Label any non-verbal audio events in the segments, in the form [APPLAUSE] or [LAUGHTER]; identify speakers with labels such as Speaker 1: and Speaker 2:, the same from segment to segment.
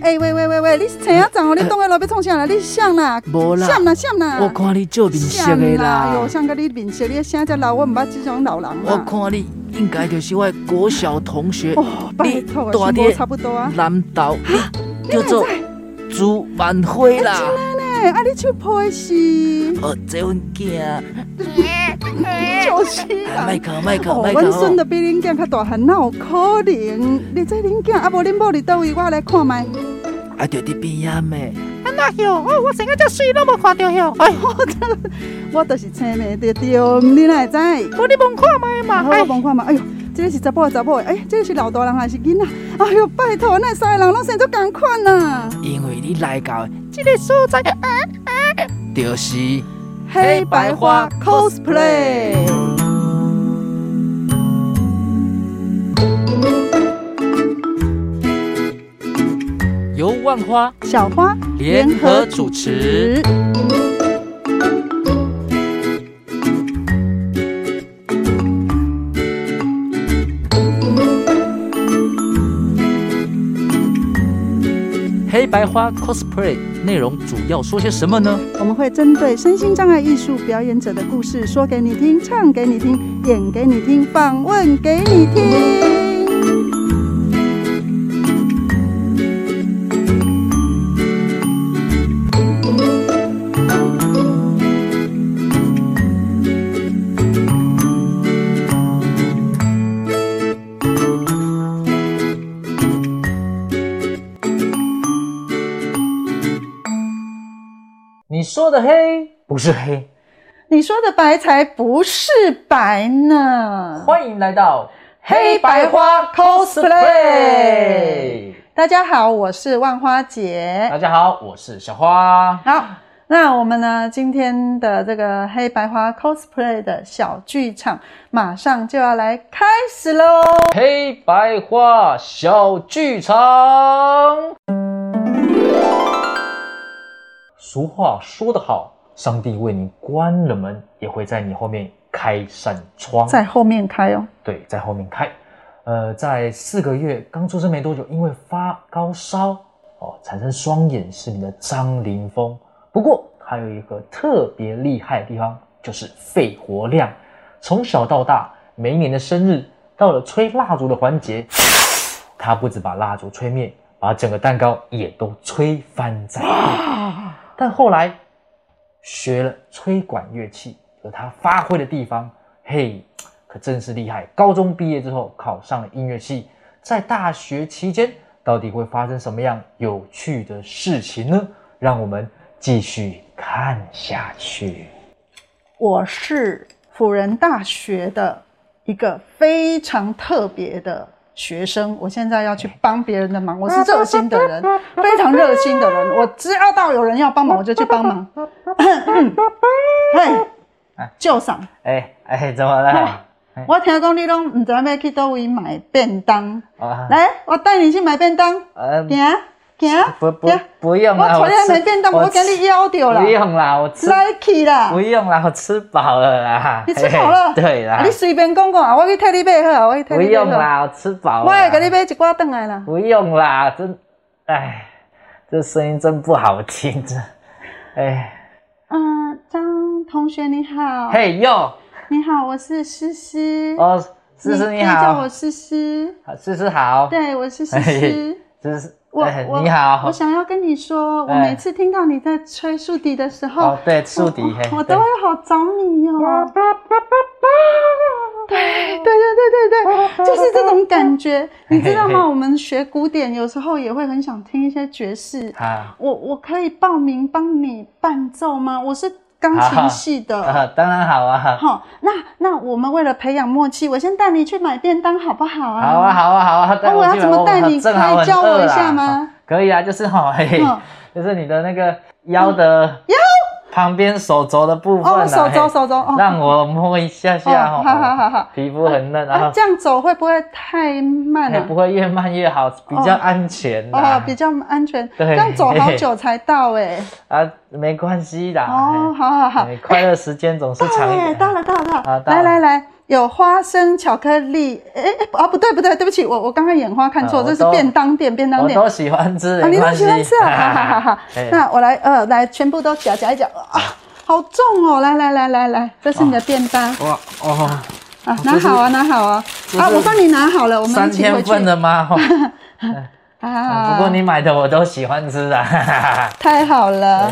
Speaker 1: 哎诶，你是青啊长哦，你当个老要创啥啦？你谁啦？
Speaker 2: 无啦
Speaker 1: 谁啦？谁啦？
Speaker 2: 我看你做面色的啦，
Speaker 1: 哟，啊像个你面色，你声遮老，我毋捌即种老人
Speaker 2: 我
Speaker 1: 啊。
Speaker 2: 看你应该就是我的国小同学，
Speaker 1: 哦，拜托
Speaker 2: 你大
Speaker 1: 啊，
Speaker 2: 弟
Speaker 1: 全部差不多啊。
Speaker 2: 南岛，你叫做朱万辉啦。
Speaker 1: 哎，啊，你手皮是
Speaker 2: 哦，这阮囝，啊
Speaker 1: 就是啦
Speaker 2: 麦。克麦克
Speaker 1: 哦
Speaker 2: 麦，
Speaker 1: 阮孙
Speaker 2: 克，
Speaker 1: 都比恁囝较大汉，哪有可能？你这恁囝啊，无恁某伫倒位，我来看卖。
Speaker 2: 啊，就伫边仔咩？
Speaker 1: 啊
Speaker 3: 那哟，哦，我生个遮水拢无看着哟，哎，
Speaker 1: 我就是青梅着着，你哪会知？
Speaker 3: 无你望看卖嘛，
Speaker 1: 好，
Speaker 3: 哎
Speaker 1: 我，望看嘛。哎哟，这个是查甫的查某的，哎，这个是老大人还是囡仔？ [LAUGHS] 哎哟，拜托，那三个人拢生做共款啊！
Speaker 2: 因为你来到啊的
Speaker 3: 这个所在的
Speaker 2: 就是
Speaker 1: 黑白花 cosplay。
Speaker 2: 由万花
Speaker 1: 小花
Speaker 2: 联合主持。黑白花 cosplay 内容主要说些什么呢？
Speaker 1: 我们会针对身心障碍艺术表演者的故事说给你听，唱给你听，演给你听，访问给你听。
Speaker 2: 你说的黑不是黑，
Speaker 1: 你说的白才不是白呢。
Speaker 2: 欢迎来到
Speaker 1: 黑白花 cosplay 大家好，我是万花姐。
Speaker 2: 大家好，我是小花。
Speaker 1: 好，那我们呢今天的这个黑白花 cosplay 的小剧场，马上就要来开始喽。
Speaker 2: 黑白花小剧场。
Speaker 4: 俗话说得好，上帝为你关了门，也会在你后面开扇窗。
Speaker 1: 在后面开哦，
Speaker 4: 对，在后面开。呃，在四个月刚出生没多久，因为发高烧哦，产生双眼失明的张凌峰。不过还有一个特别厉害的地方，就是肺活量。从小到大，每一年的生日到了吹蜡烛的环节，他不止把蜡烛吹灭，把整个蛋糕也都吹翻在地。但后来学了吹管乐器，有他发挥的地方，嘿，可真是厉害！高中毕业之后考上了音乐系，在大学期间到底会发生什么样有趣的事情呢？让我们继续看下去。
Speaker 1: 我是辅仁大学的一个非常特别的学生，我现在要去帮别人的忙，我是热心的人，非常热心的人，我只要到有人要帮忙，我就去帮忙。 [COUGHS] 嘿，就上，
Speaker 4: 哎哎，怎么
Speaker 1: [LAUGHS]
Speaker 4: 了？
Speaker 1: 我听讲你拢唔知道要去到位买便当，
Speaker 4: 啊，
Speaker 1: 来，我带你去买便当，
Speaker 4: 呃，
Speaker 1: 行行，
Speaker 4: 不不
Speaker 1: 行
Speaker 4: 不用
Speaker 1: 我
Speaker 4: 啦，
Speaker 1: 昨天
Speaker 4: 吃
Speaker 1: 买便当，我给
Speaker 4: 吃
Speaker 1: 你邀掉了
Speaker 4: 不，用啦，我吃
Speaker 1: 来去啦
Speaker 4: 不。用啦，我吃饱了啦。
Speaker 1: 你吃饱了
Speaker 4: 嘿对啦
Speaker 1: 啊、你，随便讲讲啊，我去替你买好啊，我去替
Speaker 4: 不
Speaker 1: 你买好。
Speaker 4: 用啦，我吃饱了
Speaker 1: 我
Speaker 4: 啦。
Speaker 1: 会给你买一寡转来啦。
Speaker 4: 不用啦，真，哎，这声音真 [LAUGHS] 不好听，这，哎，
Speaker 1: 嗯，张同学你好，
Speaker 4: 嘿哟，
Speaker 1: 你好，我是诗诗。
Speaker 4: 哦，思思你
Speaker 1: 可以叫
Speaker 4: 好
Speaker 1: 我，诗诗。
Speaker 4: 好思思好，
Speaker 1: 对，我是诗
Speaker 4: 嘿
Speaker 1: 诗
Speaker 4: 嘿。思思，
Speaker 1: 我
Speaker 4: 哎
Speaker 1: 我
Speaker 4: 你好
Speaker 1: 我，想要跟你说，我
Speaker 4: 哎
Speaker 1: 每次听到你在吹竖笛的时候，
Speaker 4: 哦，对，树敌，嘿，
Speaker 1: 我
Speaker 4: 对
Speaker 1: 都会好着迷哦。对对对对对对，就是这种感觉，你知道
Speaker 4: 嘿嘿
Speaker 1: 吗？
Speaker 4: 嘿
Speaker 1: 我们学古典有时候也会很想听一些爵士。
Speaker 4: 啊
Speaker 1: 我我可以报名帮你伴奏吗？我是钢琴系的。
Speaker 4: 啊，当然好啊，
Speaker 1: 好，那那我们为了培养默契，我先带你去买便当好不好啊？
Speaker 4: 好啊，好啊，好啊，带
Speaker 1: 那我要
Speaker 4: 去
Speaker 1: 怎
Speaker 4: 吧
Speaker 1: 么带你？可
Speaker 4: 正好
Speaker 1: 以
Speaker 4: 很
Speaker 1: 教我
Speaker 4: 饿
Speaker 1: 一
Speaker 4: 啦
Speaker 1: 下吗？哦
Speaker 4: 可以啊，就是哈，嘿嘿
Speaker 1: 嗯，
Speaker 4: 就是你的那个腰的旁边手肘的部分
Speaker 1: 哦，
Speaker 4: 啊，
Speaker 1: 手肘
Speaker 4: 嘿
Speaker 1: 手肘哦，
Speaker 4: 让我摸一下下
Speaker 1: 哦，好好
Speaker 4: 哈，
Speaker 1: 好好。
Speaker 4: 皮肤很嫩，然
Speaker 1: 啊
Speaker 4: 后，
Speaker 1: 这样走会不会太慢
Speaker 3: 啊
Speaker 4: 哎，
Speaker 1: 了
Speaker 4: 不？会越慢越
Speaker 3: 嗯
Speaker 4: 好，比较安全啦。
Speaker 1: 哦，比较安全。
Speaker 4: 对
Speaker 1: 这样走好久才到
Speaker 3: 欸
Speaker 4: [LAUGHS]
Speaker 1: 哎。
Speaker 4: 啊，没关系啦。
Speaker 1: 哦，
Speaker 4: 哎
Speaker 1: 好好好。
Speaker 4: 哎快乐时间总是长一
Speaker 1: 哎，
Speaker 4: 点。
Speaker 1: 到了到了到
Speaker 4: 啊
Speaker 1: 了，
Speaker 4: 到
Speaker 1: 来
Speaker 4: 了
Speaker 1: 来来，
Speaker 3: 有花生、巧克力，哎、哎啊，不对不对，对不起，我我刚刚眼花看错，
Speaker 4: 啊我
Speaker 3: 这是
Speaker 4: 都
Speaker 3: 便当店，便当
Speaker 4: 我
Speaker 3: 店。
Speaker 4: 都喜欢吃，
Speaker 3: 啊，
Speaker 4: 没
Speaker 3: 你都
Speaker 4: 关
Speaker 3: 喜欢
Speaker 4: 系
Speaker 3: 吃
Speaker 4: [LAUGHS]
Speaker 3: 啊？好好好 [LAUGHS] 好，
Speaker 4: 哎
Speaker 3: 那我来呃来全部都夹夹一夹啊，好重哦！来来来来来，这是
Speaker 4: 啊
Speaker 3: 你的便当
Speaker 1: 哇哦，
Speaker 3: 啊，拿好啊拿好啊
Speaker 1: 这
Speaker 3: 啊，
Speaker 1: 是
Speaker 3: 我帮你拿好了，我们
Speaker 4: 三
Speaker 3: 一起回
Speaker 4: 天
Speaker 3: 去
Speaker 4: 份的吗？
Speaker 3: [LAUGHS]
Speaker 4: 哦
Speaker 3: 啊。
Speaker 4: 不过你买的我都喜欢吃啊，哈哈哈
Speaker 3: 太好了，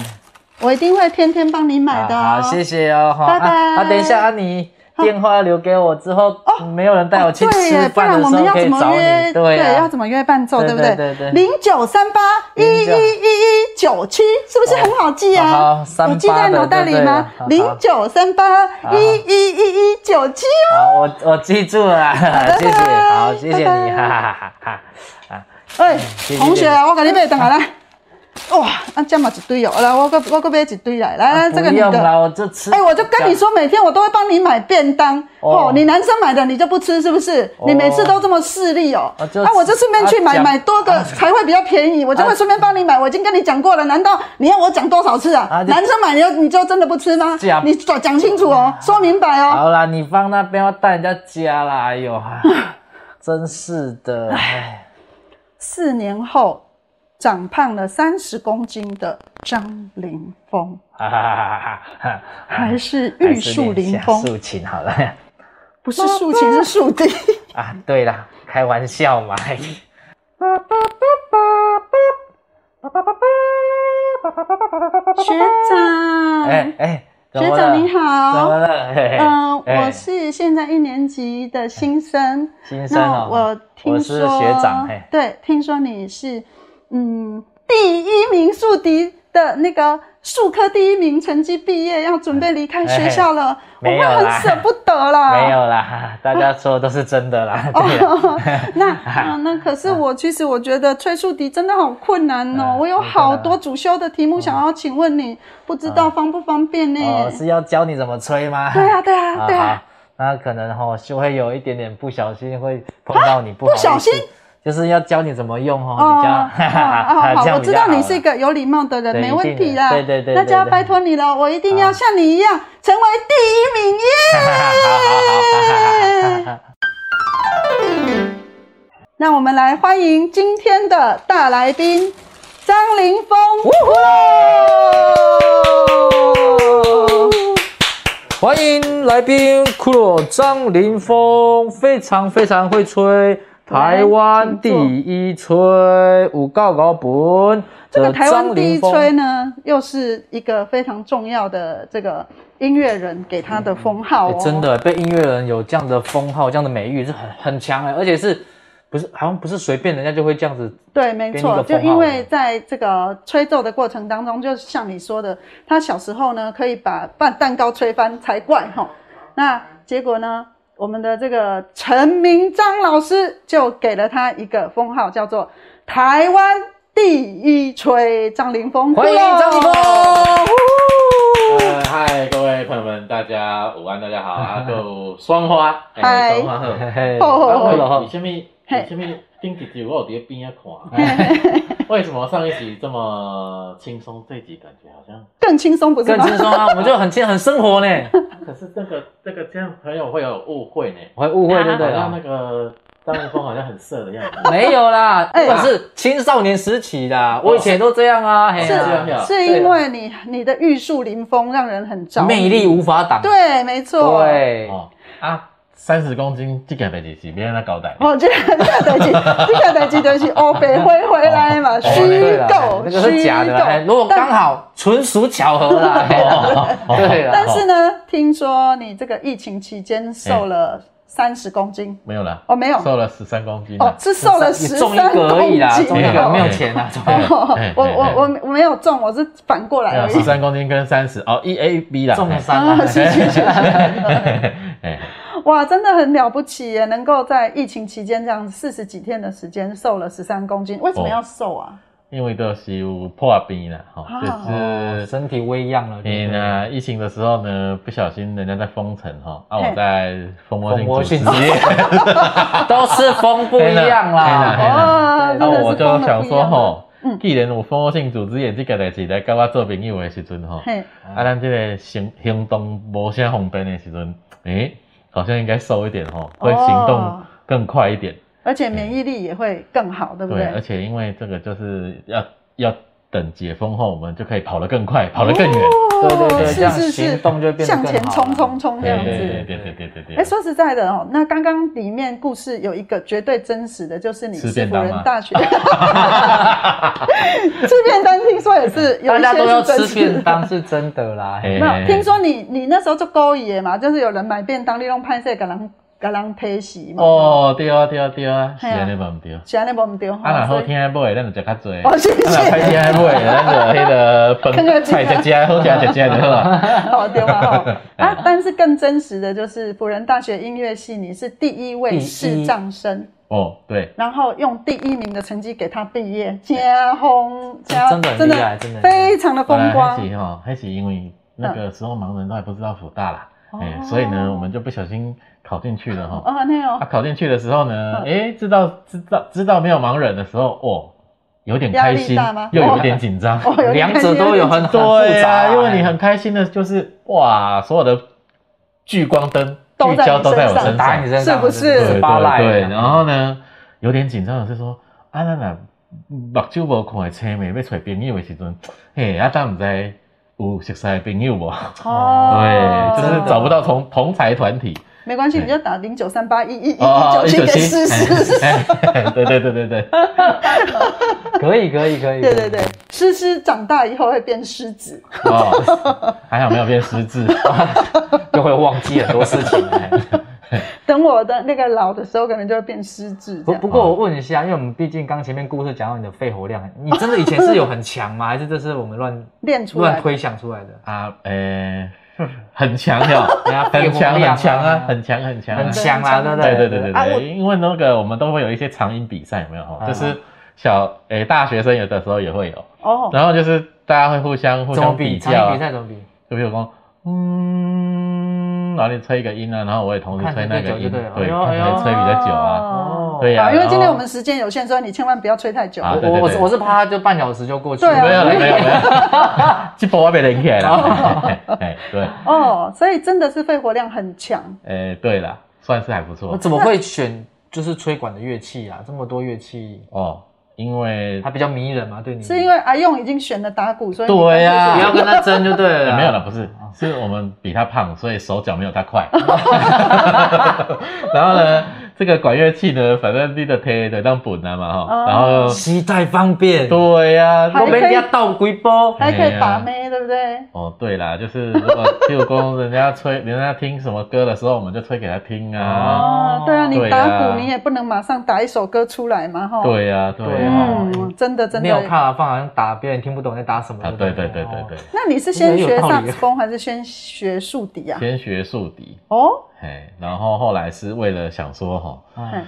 Speaker 3: 我一定会天天帮你买的
Speaker 4: 啊
Speaker 3: 哦。
Speaker 4: 好，谢谢哦，哈
Speaker 3: 拜拜
Speaker 4: 啊啊，等一下啊，你电话留给我之后，没有人带我去
Speaker 3: 哦对耶
Speaker 4: 吃
Speaker 3: 不然
Speaker 4: 饭的时
Speaker 3: 我们
Speaker 4: 候
Speaker 3: 要
Speaker 4: 可
Speaker 3: 怎
Speaker 4: 以
Speaker 3: 么
Speaker 4: 找
Speaker 3: 约？
Speaker 4: 你，对啊，
Speaker 3: 要怎么约伴奏，
Speaker 4: 对
Speaker 3: 对不对？
Speaker 4: 对对对
Speaker 3: 零九三八一一
Speaker 4: 09
Speaker 3: 一一九七，是不是很好记
Speaker 4: 哦
Speaker 3: 啊
Speaker 4: 好？38
Speaker 3: 有记在脑袋里吗
Speaker 4: 的？对
Speaker 3: 零
Speaker 4: 对了
Speaker 3: 九三八
Speaker 4: 好
Speaker 3: 一一一一九七哦。
Speaker 4: 好，我我记住了
Speaker 3: [LAUGHS]
Speaker 4: 啦，哈哈
Speaker 3: 拜
Speaker 4: 谢谢，好，谢谢
Speaker 3: 拜
Speaker 4: 你，
Speaker 3: 拜
Speaker 4: 哈哈哈哈哈啊，
Speaker 3: 哎
Speaker 4: 谢，谢
Speaker 3: 同学
Speaker 4: 谢
Speaker 3: 啊，我给你买等下来。哇，啊，这么一堆哦，来，我搁我搁买一堆来，来来，这个
Speaker 4: 啊不
Speaker 3: 你
Speaker 4: 用啦，
Speaker 3: 的。
Speaker 4: 我就吃，
Speaker 3: 哎，我就跟你说，每天我都会帮你买便当
Speaker 4: 哦
Speaker 3: 哦。你男生买的你就不吃是不是？
Speaker 4: 哦
Speaker 3: 你每次都这么势利哦。
Speaker 4: 啊就
Speaker 3: 啊，我就顺便去
Speaker 4: 啊
Speaker 3: 买
Speaker 4: 讲
Speaker 3: 买多个才会比较便宜，我就会顺便帮你买。我已经跟你讲过了，难道你要我讲多少次
Speaker 4: 啊
Speaker 3: 啊？
Speaker 4: 就
Speaker 3: 男生买你就你就真的不吃吗
Speaker 4: 讲？啊
Speaker 3: 你讲讲清楚哦，说明白哦。
Speaker 4: 好啦，你放那边要带人家家啦，哎呦，哈
Speaker 3: [LAUGHS]
Speaker 4: 真是的，哎。
Speaker 3: 四年后，长胖了三十公斤的张凌峰。
Speaker 4: 哎哈哈哈哈哈！
Speaker 3: 还是玉
Speaker 4: 啊还是
Speaker 3: 树临
Speaker 4: 练一下
Speaker 3: 风，
Speaker 4: 竖琴好了
Speaker 3: 不是竖琴是竖笛。
Speaker 4: [LAUGHS] 啊。对啦，开玩笑嘛。哎嘿
Speaker 3: 学长，
Speaker 4: 哎哎，怎
Speaker 3: 学
Speaker 4: 么了
Speaker 3: 长你，
Speaker 4: 怎么
Speaker 3: 好，
Speaker 4: 了？嘿嘿
Speaker 3: 嗯、
Speaker 4: 哎
Speaker 3: 我是现在一年级的新生。
Speaker 4: 新生
Speaker 3: 那
Speaker 4: 哦，
Speaker 3: 我听
Speaker 4: 是
Speaker 3: 说，
Speaker 4: 学长哎嘿，
Speaker 3: 对，听说你是嗯第一名竖笛的那个数科第一名，成绩毕业要准备离开学校了，我
Speaker 4: 哎没
Speaker 3: 会
Speaker 4: 有啦
Speaker 3: 很舍不得啦。
Speaker 4: [LAUGHS] 没有啦，大家说的都是真的啦。对啦，
Speaker 3: 哦，
Speaker 4: [LAUGHS]
Speaker 3: 那、啊那可是我其实我觉得吹竖笛真的好困难哦
Speaker 4: [LAUGHS] 嗯，
Speaker 3: 我有好多主修的题目想要请问你，不知道方不方便呢？
Speaker 4: 嗯哦，是要教你怎么吹吗？
Speaker 3: 对啊，对啊，
Speaker 4: 啊，
Speaker 3: 对
Speaker 4: 好
Speaker 3: 啊，，
Speaker 4: 那可能哈就会有一点点不小心会碰到你不好
Speaker 3: 不小
Speaker 4: 意思
Speaker 3: 心
Speaker 4: 就是要教你怎么用哦，
Speaker 3: 哦
Speaker 4: 比较
Speaker 3: 哦哦，好，我知道你是一个有礼貌的人，
Speaker 4: 对
Speaker 3: 没问题
Speaker 4: 一定的
Speaker 3: 啦。
Speaker 4: 对对对对啊
Speaker 3: 那就要拜托你了，我一定要像你一样成为第一名
Speaker 4: 好 [LAUGHS] 好好好好
Speaker 3: 耶！
Speaker 4: 好。
Speaker 3: 那我们来欢迎今天的大来宾张凌峰。
Speaker 4: 哦欢迎来宾骷髅张凌峰，非常非常会吹，台湾第一吹，五告高本。
Speaker 3: 这个台湾第一吹
Speaker 4: 呢？
Speaker 3: 呢，又是一个非常重要的这个音乐人给他的封号
Speaker 4: 哎
Speaker 3: 哦，
Speaker 4: 真的被音乐人有这样的封号、这样的美誉是很很强哎，而且是不是好像不是随便人家就会这样子
Speaker 3: 对，没
Speaker 4: 给你一
Speaker 3: 错，
Speaker 4: 个
Speaker 3: 就
Speaker 4: 封号
Speaker 3: 因为在这个吹奏的过程当中，就像你说的，他小时候呢可以把把蛋糕吹翻才怪哈。那结果呢，我们的这个陈明章老师就给了他一个封号，叫做台湾第一吹张凌峰。
Speaker 4: 欢迎张凌峰。
Speaker 5: 呃，嗨，各位朋友们，大家午安，大家好，阿豆双花，
Speaker 3: 嗨
Speaker 5: 哎，双花好。
Speaker 4: 嘿嘿
Speaker 3: 哦
Speaker 5: 啊，为什么？
Speaker 3: 嘿
Speaker 5: 为什么顶一集我有在边仔看？啊为什么上一集这么轻松，这一集感觉好像？
Speaker 3: [LAUGHS] 更轻松不是
Speaker 4: 更
Speaker 3: 吗？
Speaker 4: 轻松啊，我们就很轻很生活呢，
Speaker 5: 可是这个这个这样朋友会有误会呢。
Speaker 4: 我会误会对
Speaker 5: 他
Speaker 4: 不对
Speaker 5: 好像
Speaker 4: 啊
Speaker 5: 那？个张凌峰好像很色的样
Speaker 4: [LAUGHS]
Speaker 5: 子。
Speaker 4: 没有啦，
Speaker 3: 哎
Speaker 4: 我是青少年时期啦，我以前都这样啊，嘿
Speaker 5: 是
Speaker 4: 啊
Speaker 5: 这样
Speaker 3: 哦是因为你你的玉树临风让人很着迷
Speaker 4: 魅力无法挡，
Speaker 3: 对，没错。，
Speaker 4: 对，
Speaker 5: 哦啊，三十公斤这个代志是别人来交代。
Speaker 3: 哦，这个 [LAUGHS] 这个代志，这个代志就是哦，北回回来嘛，虚
Speaker 4: 哦对啦
Speaker 3: 构，
Speaker 4: 那个是假的啦。哎
Speaker 3: 虚
Speaker 4: 如
Speaker 3: 构。
Speaker 4: 果刚好纯属巧合啦，
Speaker 3: [LAUGHS]
Speaker 4: 嘿啦对啦，
Speaker 3: 哦
Speaker 4: 哦
Speaker 3: 但是呢，听说你这个疫情期间瘦了三十公斤，
Speaker 5: 没有啦，
Speaker 3: 哦，没有，
Speaker 5: 瘦了十三公斤啊
Speaker 3: 哦
Speaker 5: 啦，。
Speaker 3: 是瘦了
Speaker 4: 也
Speaker 3: 十
Speaker 4: 中一
Speaker 3: 三
Speaker 4: 个而
Speaker 3: 公
Speaker 4: 已
Speaker 3: 斤
Speaker 4: 啦，
Speaker 3: 哦。
Speaker 4: 中一个
Speaker 5: 哦
Speaker 4: 没有钱啦，中一
Speaker 5: 对
Speaker 4: 个
Speaker 3: 哦
Speaker 5: 哎
Speaker 3: 我
Speaker 5: 哎
Speaker 3: 我
Speaker 5: 哎
Speaker 3: 我我没有中，我是反过来而
Speaker 5: 十
Speaker 3: 已。
Speaker 5: 三公斤跟三十哦，一 A B
Speaker 4: [LAUGHS]
Speaker 5: 啦，
Speaker 4: 中了
Speaker 5: 哎
Speaker 4: 三啦
Speaker 3: 啊，是是是
Speaker 5: 哎
Speaker 3: 哇，真的很了不起耶，能够在疫情期间这样四十几天的时间瘦了十三公斤，为什么
Speaker 5: 哦
Speaker 3: 要瘦啊？
Speaker 5: 因为都是有破病啦，吼、
Speaker 3: 啊
Speaker 5: 就是
Speaker 4: 哦身体微恙了，
Speaker 5: 你呢，疫情的时候呢，不小心人家在封城哈，啊，
Speaker 3: 嘿
Speaker 5: 我在蜂窝
Speaker 4: 蜂窝性
Speaker 5: 性
Speaker 4: 组
Speaker 5: 组织，
Speaker 4: [LAUGHS] 都是风不一样
Speaker 5: 哎
Speaker 4: 啦。
Speaker 5: 呀
Speaker 3: 哦， [LAUGHS] 真
Speaker 5: 然
Speaker 3: 的
Speaker 5: 后
Speaker 3: 是
Speaker 5: 我就
Speaker 3: 疯了
Speaker 5: 想
Speaker 3: 不一
Speaker 5: 说
Speaker 3: 样
Speaker 5: 吼
Speaker 3: 嗯，
Speaker 5: 既然有蜂窝性组织炎这个代志来跟我做朋友的时阵吼，
Speaker 3: 嘿，
Speaker 5: 啊，咱这个行行动无啥方便的时阵，诶、好像应该瘦一点哦，会行动
Speaker 3: 哦
Speaker 5: 更快一点。
Speaker 3: 而且免疫力也会更好，对不
Speaker 5: 对，而
Speaker 3: 对？
Speaker 5: 且因为这个就是要要等解封后，我们就可以跑得更快，跑得更远。
Speaker 3: 哦
Speaker 4: 对对对，这样
Speaker 3: 是是是
Speaker 4: 行动就变得
Speaker 3: 向前
Speaker 4: 更好
Speaker 3: 冲
Speaker 4: 了
Speaker 3: 冲冲这样
Speaker 5: 对
Speaker 3: 子
Speaker 5: 对。对对对对对。
Speaker 3: 哎，说实在的哦，那刚刚里面故事有一个绝对真实的，就是你
Speaker 5: 吃
Speaker 3: 是
Speaker 5: 便
Speaker 3: 辅
Speaker 5: 当
Speaker 3: 仁
Speaker 5: 吗
Speaker 3: 大学 [LAUGHS] 吃便当，听说也是哎有
Speaker 4: 大
Speaker 3: 一
Speaker 4: 家
Speaker 3: 些
Speaker 4: 都要
Speaker 3: 是真
Speaker 4: 吃
Speaker 3: 实
Speaker 4: 便
Speaker 3: 的。
Speaker 4: 当是真的啦。
Speaker 5: 嘿
Speaker 3: 没有，听说你你那时候就勾引嘛，就是有人买便当，你用拍摄给人给人配席嘛。哦，
Speaker 5: 哦，对啊对啊对啊，是
Speaker 3: 嘿啊
Speaker 5: 安尼嘛唔对。
Speaker 3: 是安尼无毋对吼。
Speaker 5: 啊，若好
Speaker 3: 所以
Speaker 5: 听的买，咱就食较济。
Speaker 3: 哦，谢
Speaker 5: 啊，若
Speaker 3: 谢。[LAUGHS]
Speaker 5: 歹听的买，咱就迄个
Speaker 3: 看看
Speaker 5: 饭
Speaker 3: 这个
Speaker 5: 菜食食，好食食食就好
Speaker 3: [LAUGHS]
Speaker 5: 了。
Speaker 3: 哦，对
Speaker 5: [LAUGHS]
Speaker 3: 吧？哦，啊，但是更真实的就是辅仁大学音乐系，你是第一
Speaker 4: 第
Speaker 3: 位
Speaker 4: 一
Speaker 3: 视障生，
Speaker 5: 哦，对，
Speaker 3: 然后用第一名的成绩给他毕业，
Speaker 5: [LAUGHS] 哎
Speaker 3: 加轰加
Speaker 4: 真的很厉害真的很厉害
Speaker 3: 非常的风光
Speaker 5: 本来那。是哦，那是因为那个时候盲人都还不知道辅大啦，
Speaker 3: 哦
Speaker 5: 哎，所以呢，我们就不小心考进去了哈。
Speaker 3: 哦，那
Speaker 5: 他
Speaker 3: 哦，
Speaker 5: 考进去的时候呢，
Speaker 3: 嗯
Speaker 5: 诶，知道知道知道没有盲人的时候，哦，有点开
Speaker 3: 压力
Speaker 5: 心
Speaker 3: 大吗，
Speaker 5: 又有点紧张。
Speaker 3: 哦，有
Speaker 4: [LAUGHS]
Speaker 3: 点
Speaker 4: 两者都有很很
Speaker 5: 对
Speaker 4: 复杂
Speaker 5: 啊，
Speaker 4: 欸，
Speaker 5: 因为你很开心的就是哇，所有的聚光灯
Speaker 3: 都
Speaker 5: 聚
Speaker 3: 在你
Speaker 5: 焦都在我
Speaker 3: 身上
Speaker 5: 身
Speaker 4: 哎打在
Speaker 5: 上
Speaker 4: 你，身上
Speaker 3: 是不是
Speaker 5: 对对
Speaker 4: 十八赖
Speaker 5: 对，
Speaker 4: 啊
Speaker 5: 然后呢，有点紧张的是说，啊，咱若目睭无看会青眉，要找朋友的时阵，嘿，啊，咱毋知有熟悉的朋友无？
Speaker 3: 哦，
Speaker 5: 啊对，就是哎找不。到同同才团体。
Speaker 3: 没关系，你就打零九三八一一一
Speaker 5: 哦，
Speaker 3: 九七给试试。
Speaker 5: 哎哎哎对对对对对，
Speaker 4: 可以可以可以，
Speaker 3: [LAUGHS] 对
Speaker 4: 可
Speaker 3: 对
Speaker 4: 以
Speaker 3: 对，，诗诗长大以后会变狮子。
Speaker 5: 哦，还好没有变失智。
Speaker 4: 就会忘记很多事情。哎
Speaker 3: 等我的那个老的时候，可能就会变失智
Speaker 4: [LAUGHS]
Speaker 3: 这
Speaker 4: 不
Speaker 3: 样。
Speaker 4: 不过我问一下，因为我们毕竟刚前面故事讲到你的肺活量很，你真的以前是有很强吗？还是这是我们乱
Speaker 3: 练出
Speaker 4: 乱
Speaker 3: 来。
Speaker 4: 推想出来的？
Speaker 5: 啊，呃，很强哟，
Speaker 4: [LAUGHS] 哎呀肺
Speaker 5: 很强
Speaker 4: 活量
Speaker 5: 很强啊
Speaker 4: 啊，
Speaker 5: 很强很强啊，
Speaker 4: 很强啦，对不
Speaker 5: 对
Speaker 4: 对？
Speaker 5: 对对对
Speaker 3: 啊我
Speaker 5: 对，因为那个我们都会有一些长音比赛，有没有哈？
Speaker 4: 啊
Speaker 5: 就是小诶大学生有的时候也会有，
Speaker 3: 哦，
Speaker 5: 然后就是大家会互相互
Speaker 4: 怎么
Speaker 5: 相
Speaker 4: 比？长音
Speaker 5: 较
Speaker 4: 比
Speaker 5: 啊，
Speaker 4: 赛怎么比？
Speaker 5: 就比如说嗯，然后你吹一个音啊，然后我也同时
Speaker 4: 看
Speaker 5: 吹
Speaker 4: 谁
Speaker 5: 那
Speaker 4: 最久
Speaker 5: 个音，
Speaker 4: 就对了
Speaker 5: 对，
Speaker 4: 哎呦
Speaker 5: 看谁
Speaker 4: 哎呦
Speaker 5: 吹比较久啊，
Speaker 3: 哦
Speaker 5: 对呀
Speaker 3: 好，因为今天
Speaker 5: 然后
Speaker 3: 我们时间有限，所以你千万不要吹太久。
Speaker 5: 啊
Speaker 4: 我
Speaker 5: 对对
Speaker 4: 我我是
Speaker 5: 对
Speaker 4: 我是怕它就半小时就过去
Speaker 3: 对啊
Speaker 5: 没
Speaker 4: [LAUGHS]
Speaker 5: 有
Speaker 4: 了
Speaker 5: 了，没有没有，这波我被连起来了。 [LAUGHS] 哎，对，
Speaker 3: 哦，所以真的是肺活量很强。
Speaker 5: 哎，对了，算是还不
Speaker 4: 我
Speaker 5: 错
Speaker 4: 怎么会选就是吹管的乐器啊？这么多乐器，
Speaker 5: 哦，因为
Speaker 4: 它比较迷人嘛，对你
Speaker 3: 是因为阿用已经选了打鼓，所以你
Speaker 5: 嗯对啊呀
Speaker 4: 不要跟他争就对了
Speaker 5: 哎
Speaker 4: 啦。
Speaker 5: 没有了，不是，是我们比他胖，所以手脚没有他 [LAUGHS] 快。然后呢，这个管乐器呢，反正立着推的当本啊嘛哈，然后
Speaker 4: 携带方便，
Speaker 5: 对呀，
Speaker 3: 还
Speaker 4: 呃我
Speaker 3: 可
Speaker 4: 被
Speaker 3: 以哎
Speaker 4: 人家倒几波。
Speaker 3: 还可以
Speaker 5: 啊
Speaker 3: 把妹，对不对？
Speaker 5: 哦，对啦，就是如果譬如说人家吹，人家听什么歌的时候，我们就吹给他听啊。
Speaker 3: 啊，对啊，你
Speaker 5: 对
Speaker 3: 打
Speaker 5: 呀
Speaker 3: 鼓你也不能马上打一首歌出来嘛，哈。，
Speaker 5: 对呀，对
Speaker 4: 对
Speaker 5: 呀，
Speaker 4: 啊
Speaker 3: 嗯，真的真
Speaker 4: 没有
Speaker 3: 的。
Speaker 4: 看啊，放好像打别人听不懂在打什么。
Speaker 5: 啊，对对对对对，
Speaker 3: 那你是先学
Speaker 4: 有道理
Speaker 3: 萨
Speaker 4: 啊
Speaker 3: 克斯风还是先学竖笛啊？
Speaker 5: 先学竖笛。
Speaker 3: 哦，
Speaker 5: 嘿，然后后来是为了想说哈，
Speaker 4: 对